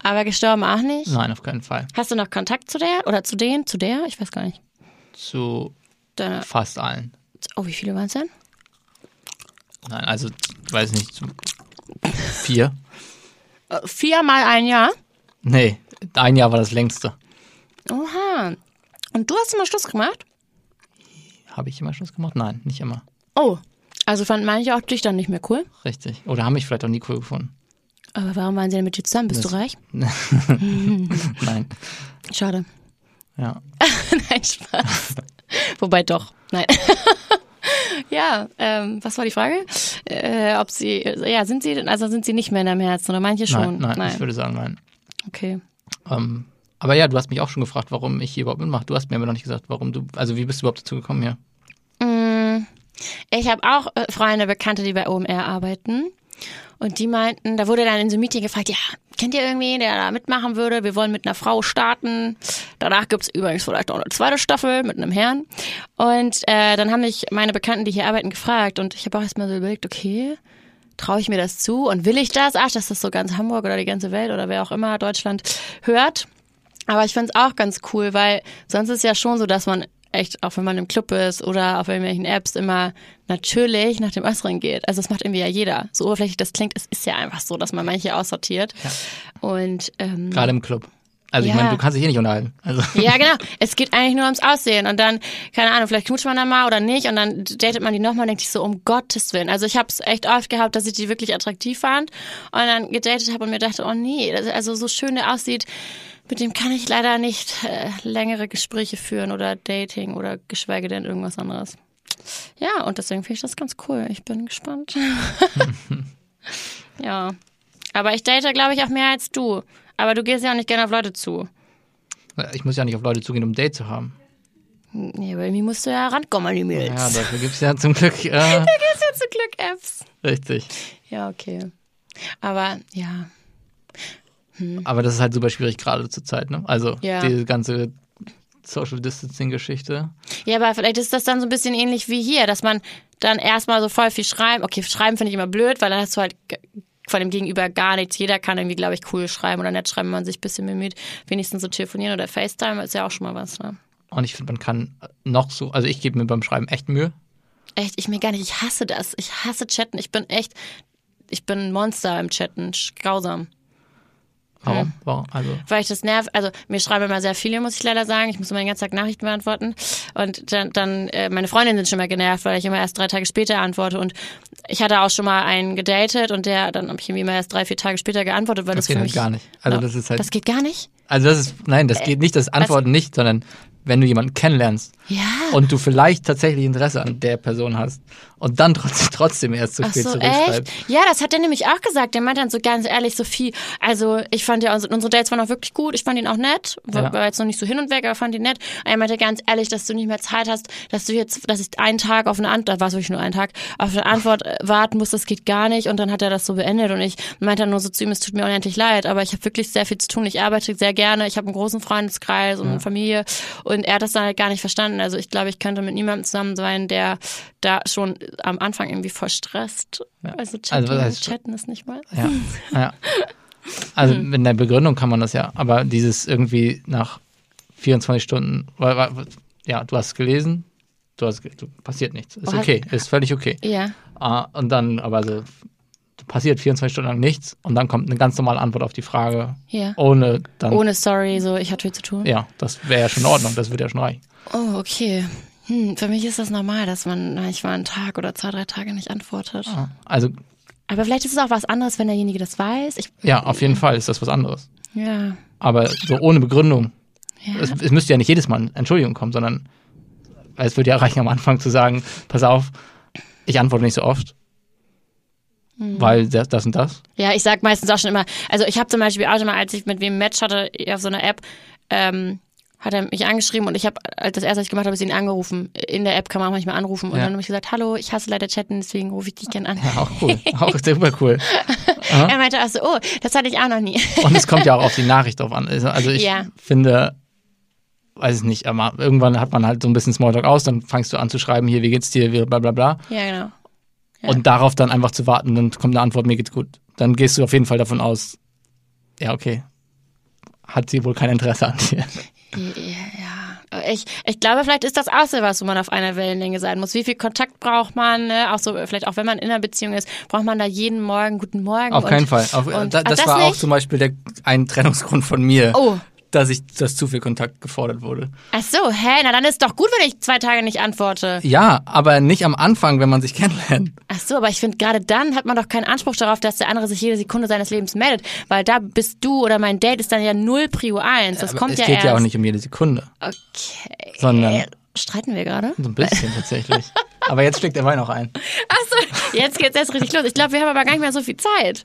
C: Aber gestorben auch nicht?
E: Nein, auf keinen Fall.
C: Hast du noch Kontakt zu der oder zu denen, zu der? Ich weiß gar nicht.
E: Zu
C: Deine,
E: fast allen.
C: oh, wie viele waren es denn?
E: Nein, also, weiß nicht, zu vier.
C: Äh, Viermal ein Jahr.
E: Nee, ein Jahr war das längste.
C: Oha. Und du hast immer Schluss gemacht?
E: Habe ich immer Schluss gemacht? Nein, nicht immer.
C: Oh. Also fanden manche auch dich dann nicht mehr cool.
E: Richtig. Oder haben mich vielleicht auch nie cool gefunden.
C: Aber warum waren sie denn mit dir zusammen? Bist
E: Das-
C: du reich?
E: Nein.
C: Schade.
E: Ja.
C: *laughs* Nein,
E: *laughs*
C: Spaß. Wobei doch. Nein. *laughs* ja, ähm, was war die Frage? Äh, ob sie, ja, sind sie, denn- also sind sie nicht mehr in deinem Herzen oder manche schon?
E: Nein, nein, ich würde sagen, nein.
C: Okay.
E: Ähm, aber ja, du hast mich auch schon gefragt, warum ich hier überhaupt mitmache. Du hast mir aber noch nicht gesagt, warum du, also wie bist du überhaupt dazu gekommen hier?
C: Ich habe auch äh, Freunde, Bekannte, die bei OMR arbeiten. Und die meinten, da wurde dann in so einem Meeting gefragt, ja, kennt ihr irgendwen, der da mitmachen würde? Wir wollen mit einer Frau starten. Danach gibt's übrigens vielleicht auch eine zweite Staffel mit einem Herrn. Und äh, dann haben mich meine Bekannten, die hier arbeiten, gefragt. Und ich habe auch erstmal so überlegt, okay, traue ich mir das zu und will ich das? Ach, dass das so ganz Hamburg oder die ganze Welt oder wer auch immer Deutschland hört. Aber ich find's auch ganz cool, weil sonst ist ja schon so, dass man echt, auch wenn man im Club ist oder auf irgendwelchen Apps, immer natürlich nach dem Äußeren geht. Also das macht irgendwie ja jeder. So oberflächlich das klingt, es ist ja einfach so, dass man manche aussortiert. Und ähm,
E: Gerade im Club. Also ich
C: Ja.
E: meine, du kannst dich eh nicht unterhalten. Also,
C: ja, genau. Es geht eigentlich nur ums Aussehen. Und dann, keine Ahnung, vielleicht knutscht man dann mal oder nicht. Und dann datet man die nochmal und denkt sich so, um Gottes Willen. Also ich habe es echt oft gehabt, dass ich die wirklich attraktiv fand. Und dann gedatet habe und mir dachte, oh nee, das- also so schön der aussieht, mit dem kann ich leider nicht äh, längere Gespräche führen oder Dating oder geschweige denn irgendwas anderes. Ja, und deswegen finde ich das ganz cool. Ich bin gespannt. ja. Aber ich date, glaube ich, auch mehr als du. Aber du gehst ja auch nicht gerne auf Leute zu.
E: *laughs* ich muss ja nicht auf Leute zugehen, um ein Date zu haben.
C: Ja, aber irgendwie musst du ja rankommen an die Mädels.
E: Ja, dafür gibt es ja zum
C: *laughs*
E: Glück, äh,
C: Das ist ja *laughs* zu Glück Apps.
E: richtig.
C: Ja, okay. Aber ja,
E: Aber das ist halt super schwierig gerade zur Zeit, ne? Also
C: Ja.
E: diese ganze Social Distancing-Geschichte.
C: Ja, aber vielleicht ist das dann so ein bisschen ähnlich wie hier, dass man dann erstmal so voll viel schreiben. Okay, schreiben finde ich immer blöd, weil dann hast du halt g- von dem Gegenüber gar nichts. Jeder kann irgendwie, glaube ich, cool schreiben oder nett schreiben, wenn man sich ein bisschen bemüht. Wenigstens so telefonieren oder FaceTime ist ja auch schon mal was, ne?
E: Und ich finde, man kann noch so, also ich gebe mir beim Schreiben echt Mühe.
C: Echt, ich mir gar nicht. Ich hasse das. Ich hasse Chatten. Ich bin echt, ich bin ein Monster im Chatten. Sch- Grausam.
E: Warum? Warum? Also,
C: weil ich das nerv. Also mir schreiben immer sehr viele, muss ich leider sagen. Ich muss immer den ganzen Tag Nachrichten beantworten. Und dann, dann äh, meine Freundinnen sind schon mal genervt, weil ich immer erst drei Tage später antworte. Und ich hatte auch schon mal einen gedatet und der, dann habe ich irgendwie immer erst drei, vier Tage später geantwortet, weil
E: das
C: das,
E: geht
C: für
E: halt
C: mich
E: gar nicht. Also
C: Ja.
E: das ist halt,
C: Das geht gar nicht.
E: also das ist, nein,
C: Äh,
E: das geht nicht, das Antworten nicht, sondern wenn du jemanden kennenlernst
C: Ja.
E: und du vielleicht tatsächlich Interesse an der Person hast und dann trotzdem, *laughs* trotzdem erst zu
C: Ach
E: spät
C: so, echt?
E: zurückschreibst.
C: Ja, das hat er nämlich auch gesagt. Der meinte dann so ganz ehrlich, Sophie, also ich fand ja, unsere unsere Dates waren auch wirklich gut. Ich fand ihn auch nett. War,
E: Ja.
C: war jetzt noch nicht so hin und weg, aber fand ihn nett. Und er meinte ganz ehrlich, dass du nicht mehr Zeit hast, dass du jetzt, dass ich einen Tag auf eine Antwort, war es wirklich nur einen Tag, auf eine Antwort äh, warten muss, das geht gar nicht. Und dann hat er das so beendet und ich meinte dann nur so zu ihm, es tut mir unendlich leid, aber ich habe wirklich sehr viel zu tun. Ich arbeite sehr gerne, ich habe einen großen Freundeskreis und eine Familie und er hat das dann halt gar nicht verstanden. Also ich glaube, ich könnte mit niemandem zusammen sein, der da schon am Anfang irgendwie voll stresst. Also chatten,
E: Also was heißt-
C: chatten ist nicht mal.
E: Ja. ja. Also
C: Hm.
E: mit einer Begründung kann man das ja, aber dieses irgendwie nach 24 Stunden, wa- wa- ja, du hast gelesen, du hast, ge- du, passiert nichts, ist
C: hast-
E: okay, ist völlig okay.
C: Ja.
E: Ah, und dann, aber so, passiert 24 Stunden lang nichts und dann kommt eine ganz normale Antwort auf die Frage,
C: Ja.
E: ohne dann,
C: Ohne sorry, so ich hatte viel zu tun.
E: Oh, ja, das wäre ja schon in Ordnung, das würde ja schon reichen.
C: Oh, okay. Hm, für mich ist das normal, dass man manchmal einen Tag oder zwei, drei Tage nicht antwortet.
E: Ah, Also,
C: Aber vielleicht ist es auch was anderes, wenn derjenige das weiß. Ich,
E: ja, auf jeden Fall ist das was anderes.
C: ja.
E: Aber so ohne Begründung,
C: Ja.
E: es, es müsste ja nicht jedes Mal eine Entschuldigung kommen, sondern es würde ja reichen, am Anfang zu sagen, pass auf, ich antworte nicht so oft.
C: Hm.
E: weil das, das
C: *laughs*
E: und das.
C: Ja, ich sag meistens auch schon immer, also ich habe zum Beispiel auch schon mal, als ich mit wem ein Match hatte eh, auf so einer App, ähm, hat er mich angeschrieben und ich habe, als das erste, was ich gemacht habe, ist ihn angerufen. In der App kann man auch manchmal anrufen und
E: Ja.
C: dann habe ich gesagt, hallo, ich hasse leider Chatten, deswegen rufe ich dich gerne an.
E: Ja, auch cool. auch super cool.
C: Er meinte auch so, oh, das hatte ich auch noch nie. *laughs*
E: Und es kommt ja auch auf die Nachricht drauf an. Also also ich
C: Ja.
E: finde, weiß ich nicht, aber irgendwann hat man halt so ein bisschen Smalltalk aus, dann fangst du an zu schreiben, hier, wie geht's dir, wie bla bla bla.
C: ja, genau.
E: Und darauf dann einfach zu warten, dann kommt eine Antwort, mir geht's gut. Dann gehst du auf jeden Fall davon aus, ja, okay, hat sie wohl kein Interesse an dir.
C: Ja, ich, ich glaube, vielleicht ist das auch so was, wo man auf einer Wellenlänge sein muss. Wie viel Kontakt braucht man? Ne? Auch so, vielleicht auch wenn man in einer Beziehung ist, braucht man da jeden Morgen guten Morgen.
E: Auf
C: und-
E: keinen Fall. Auf,
C: Oh und-
E: da,
C: Ah,
E: das, war auch
C: nicht?
E: zum Beispiel der, ein Trennungsgrund von mir,
C: Oh.
E: dass ich, dass zu viel Kontakt gefordert wurde.
C: Ach so, hä? Na dann ist doch gut, wenn ich zwei Tage nicht antworte.
E: Ja, aber nicht am Anfang, wenn man sich *laughs* kennenlernt.
C: Ach so, aber ich finde, gerade dann hat man doch keinen Anspruch darauf, dass der andere sich jede Sekunde seines Lebens meldet, weil da bist du oder mein Date ist dann ja null Prio 1. Das
E: Aber
C: kommt
E: es
C: ja
E: geht
C: erst.
E: ja auch nicht um jede Sekunde,
C: Okay.
E: sondern
C: Streiten wir gerade?
E: so ein bisschen tatsächlich. Aber jetzt schlägt der Wein auch ein.
C: Achso, jetzt geht's erst richtig los. Ich glaube, wir haben aber gar nicht mehr so viel Zeit.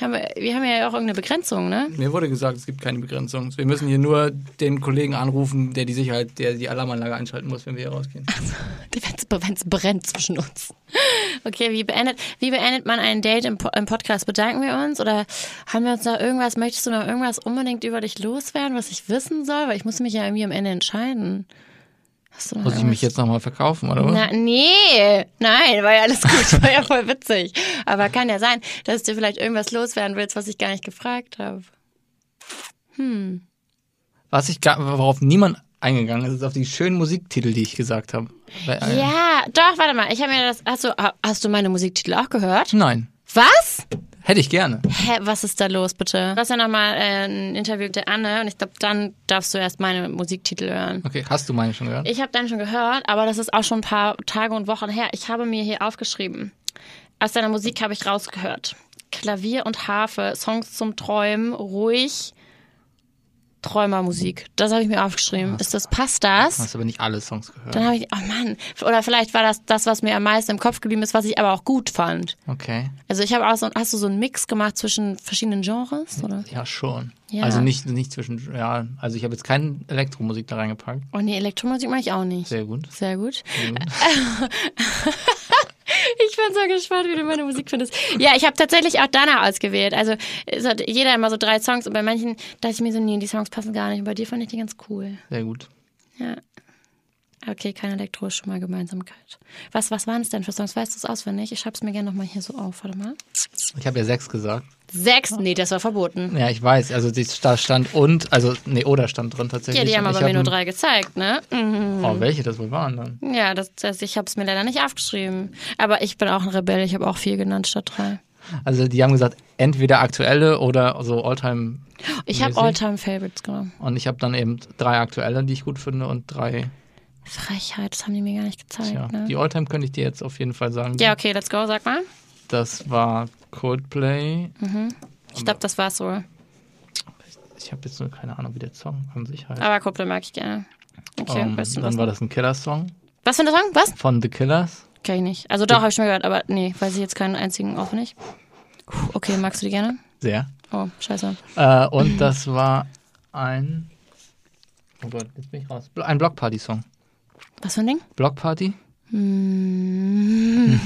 C: Haben wir, wir haben ja auch irgendeine Begrenzung, ne?
E: Mir wurde gesagt, es gibt keine Begrenzung. Wir müssen hier nur den Kollegen anrufen, der die Sicherheit, der die Alarmanlage einschalten muss, wenn wir hier rausgehen.
C: *laughs* Wenn es brennt zwischen uns. Okay, wie beendet, wie beendet man ein Date im, Po- im Podcast? Bedanken wir uns? Oder haben wir uns noch irgendwas, möchtest du noch irgendwas unbedingt über dich loswerden, was ich wissen soll? Weil ich muss mich ja irgendwie am Ende entscheiden. Hast du noch
E: Muss ich mich
C: irgendwas?
E: jetzt nochmal verkaufen, oder was?
C: Na, nee, nein, war ja alles
E: *laughs*
C: gut, war ja voll witzig. Aber kann ja sein, dass du vielleicht irgendwas loswerden willst, was ich gar nicht gefragt habe.
E: Was ich gar, worauf niemand eingegangen ist, ist auf die schönen Musiktitel, die ich gesagt habe. Weil, äh,
C: Ja, doch, warte mal, ich habe mir das, hast du, hast du meine Musiktitel auch gehört?
E: Nein.
C: Was?
E: Hätte ich gerne.
C: Hä, was ist da los, bitte? Du hast ja nochmal äh, ein Interview mit der Anne und ich glaube, dann darfst du erst meine Musiktitel hören.
E: Okay, hast du meine schon gehört?
C: Ich habe deinen schon gehört, aber das ist auch schon ein paar Tage und Wochen her. Ich habe mir hier aufgeschrieben. Aus deiner Musik habe ich rausgehört. Klavier und Harfe, Songs zum Träumen, ruhig, Träumermusik. Das habe ich mir aufgeschrieben. Ist das, passt das?
E: Hast aber nicht alle Songs gehört.
C: Dann habe ich, oh Mann, oder vielleicht war das das, was mir am meisten im Kopf geblieben ist, was ich aber auch gut fand.
E: Okay.
C: Also ich habe auch so, hast du so einen Mix gemacht zwischen verschiedenen Genres? Oder?
E: Ja, schon.
C: Ja.
E: Also nicht, nicht zwischen, ja, also ich habe jetzt keine Elektromusik da reingepackt.
C: Oh nee, Elektromusik mache ich auch nicht.
E: Sehr gut. Mhm.
C: Sehr gut. *laughs* ich bin so gespannt, wie du meine Musik findest. Ja, ich habe tatsächlich auch Dana ausgewählt. Also es hat jeder immer so drei Songs und bei manchen dachte ich mir so, nee, die Songs passen gar nicht. Und bei dir fand ich die ganz cool.
E: Sehr gut.
C: Ja. Okay, keine Elektro ist schon mal Gemeinsamkeit. Was, was waren es denn für Songs? Weißt du es auswendig? Ich schreibe es mir gerne nochmal hier so auf. Warte mal.
E: Ich habe ja sechs gesagt.
C: Sechs? Nee, das war verboten.
E: Ja, ich weiß. Also die, da stand und, also nee, oder stand drin tatsächlich.
C: Ja, die haben
E: Und ich
C: aber mir
E: hab-
C: nur drei gezeigt, ne? Mhm.
E: Oh, welche das wohl waren dann?
C: Ja, das, das, ich habe es mir leider nicht aufgeschrieben. Aber ich bin auch ein Rebell, ich habe auch vier genannt statt drei.
E: Also die haben gesagt, entweder aktuelle oder so Alltime.
C: Ich habe
E: Mäßig.
C: All-Time-Favorites genommen.
E: Und ich habe dann eben drei aktuelle, die ich gut finde und drei.
C: Frechheit, das haben die mir gar nicht gezeigt.
E: Tja,
C: ne?
E: die Alltime könnte ich dir jetzt auf jeden Fall sagen.
C: ja, okay, let's go, sag mal.
E: Das war Coldplay.
C: Ich glaube, das war's wohl.
E: Ich habe jetzt nur keine Ahnung, wie der Song an sich heißt.
C: Aber Kuppel mag ich gerne. Okay,
E: Ähm,
C: weißt du
E: dann
C: was?
E: war das ein Killer-Song
C: Was für ein Song? Was?
E: von The Killers.
C: Kenn ich nicht. Also doch, habe ich schon mal gehört, aber nee, weiß ich jetzt keinen einzigen auch nicht. Puh, Okay, magst du die gerne?
E: Sehr.
C: Oh, scheiße.
E: Äh, und das war ein. Oh Gott, jetzt bin ich raus. Ein Blockparty-Song.
C: Was für ein Ding?
E: Blockparty? Mhm.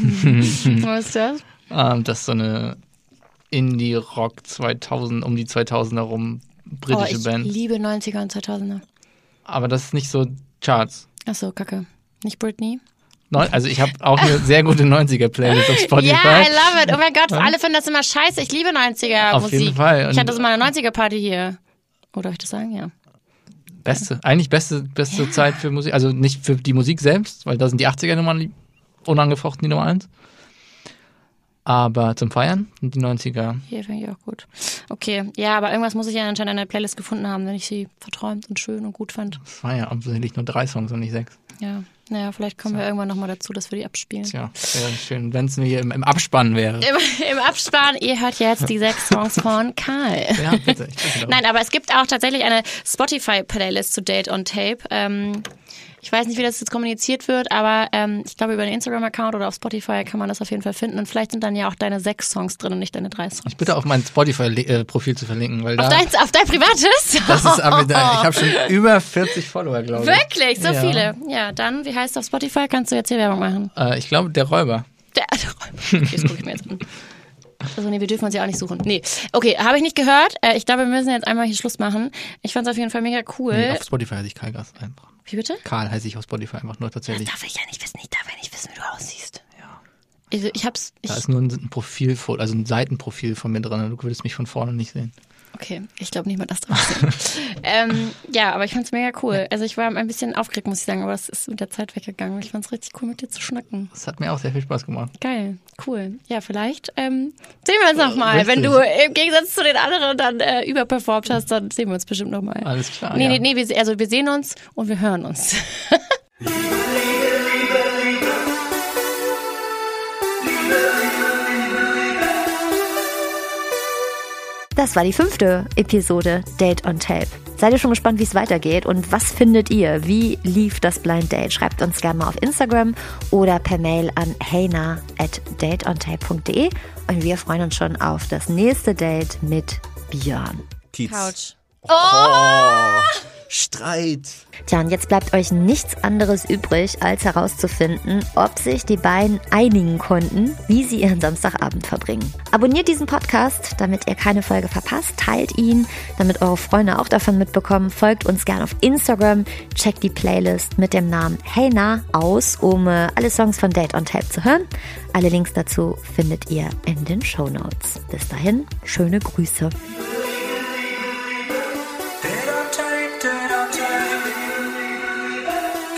C: Was ist das?
E: Ähm, das ist so eine Indie-Rock 2000, um die 2000er rum,
C: Oh,
E: britische
C: ich
E: Band.
C: liebe 90er und 2000er.
E: Aber das ist nicht so Charts.
C: Achso, kacke. Nicht Britney?
E: Neu also ich habe auch eine sehr gute 90er-Playlist auf Spotify.
C: *laughs* Ja, I love it. Oh mein Gott, alle finden das immer scheiße. Ich liebe 90er
E: Auf
C: Musik.
E: jeden Fall. Und-
C: Ich hatte so meine 90er Party hier. Oder darf ich das sagen? Ja.
E: Beste, eigentlich beste, beste Zeit für Musik. Also nicht für die Musik selbst, weil da sind die 80er-Nummern lieb- unangefochten die Nummer 1. Aber zum Feiern sind die 90er.
C: Hier finde ich auch gut. Okay, ja, aber irgendwas muss ich ja anscheinend an der Playlist gefunden haben, wenn ich sie verträumt und schön und gut fand.
E: Das war ja offensichtlich nur drei Songs und nicht sechs.
C: Ja, naja, vielleicht kommen wir irgendwann nochmal dazu, dass wir die abspielen.
E: Tja, wäre schön, wenn es nur hier im, im Abspann wäre.
C: Im, Im Abspann, ihr hört jetzt die sechs Songs von Karl.
E: Ja, bitte. Ich bitte darum.
C: Nein, aber es gibt auch tatsächlich eine Spotify-Playlist zu Date on Tape. Ähm, Ich weiß nicht, wie das jetzt kommuniziert wird, aber ähm, ich glaube, über den Instagram-Account oder auf Spotify kann man das auf jeden Fall finden. Und vielleicht sind dann ja auch deine sechs Songs drin und nicht deine drei Songs.
E: Ich bitte auf mein Spotify-Profil zu verlinken, weil
C: auf,
E: da.
C: deins, auf dein privates?
E: Das
C: *laughs*
E: ist, aber da- ich habe schon über 40 Follower, glaube ich.
C: Wirklich, so
E: Ja.
C: viele. Ja, dann, wie heißt es auf Spotify? Kannst du jetzt hier Werbung machen? *laughs*
E: Äh, ich glaube, der Räuber.
C: Der, okay, das gucke ich mir jetzt an. Also nee, wir dürfen uns ja auch nicht suchen. Nee, okay, habe ich nicht gehört. Äh, ich glaube, wir müssen jetzt einmal hier Schluss machen. Ich fand es auf jeden Fall mega cool.
E: Nee, Hm, auf Spotify heiße ich Karl Gast einfach.
C: Wie bitte?
E: Karl heiße ich auf Spotify einfach nur tatsächlich.
C: Darf ich ja nicht wissen, ich darf ja nicht wissen, wie du aussiehst. Ja. Ich, Also, ich hab's. Ich,
E: Da ist nur ein, ein Profilfoto, also ein Seitenprofil von mir dran. Du würdest mich von vorne nicht sehen.
C: okay, ich glaube nicht mal das
E: *laughs*
C: drauf. ähm, ja, aber ich fand's mega cool. Also ich war ein bisschen aufgeregt, muss ich sagen, aber das ist mit der Zeit weggegangen. Ich fand's richtig cool, mit dir zu schnacken.
E: Das hat mir auch sehr viel Spaß gemacht.
C: Geil, cool. Ja, vielleicht ähm, sehen wir uns nochmal.
E: richtig.
C: Wenn du im Gegensatz zu den anderen dann äh, überperformt hast, dann sehen wir uns bestimmt nochmal.
E: Alles klar,
C: Nee,
E: ja.
C: nee, nee, wir, se- also wir sehen uns und wir hören uns.
B: Das war die fünfte Episode Date on Tape. Seid ihr schon gespannt, wie es weitergeht und was findet ihr? Wie lief das Blind Date? Schreibt uns gerne mal auf Instagram oder per Mail an heyna at dateontape.de und wir freuen uns schon auf das nächste Date mit Björn.
G: Kiez.
C: *laughs* Couch.
G: Streit.
B: Tja, und jetzt bleibt euch nichts anderes übrig, als herauszufinden, ob sich die beiden einigen konnten, wie sie ihren Samstagabend verbringen. Abonniert diesen Podcast, damit ihr keine Folge verpasst. Teilt ihn, damit eure Freunde auch davon mitbekommen. Folgt uns gerne auf Instagram. Checkt die Playlist mit dem Namen Heyna aus, um äh, alle Songs von Date on Tape zu hören. Alle Links dazu findet ihr in den Show Notes. Bis dahin, schöne Grüße.
A: Date on tape, date on tape.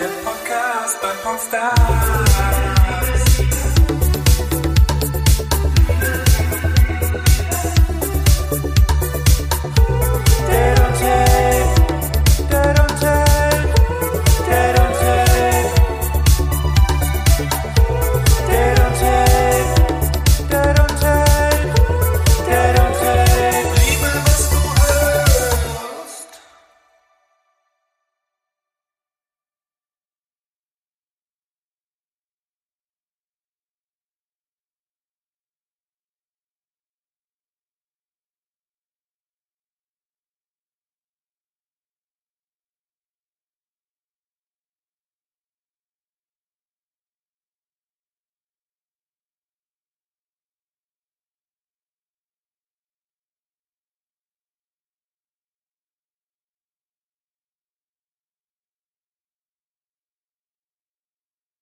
A: Der Podcast bei Popstars.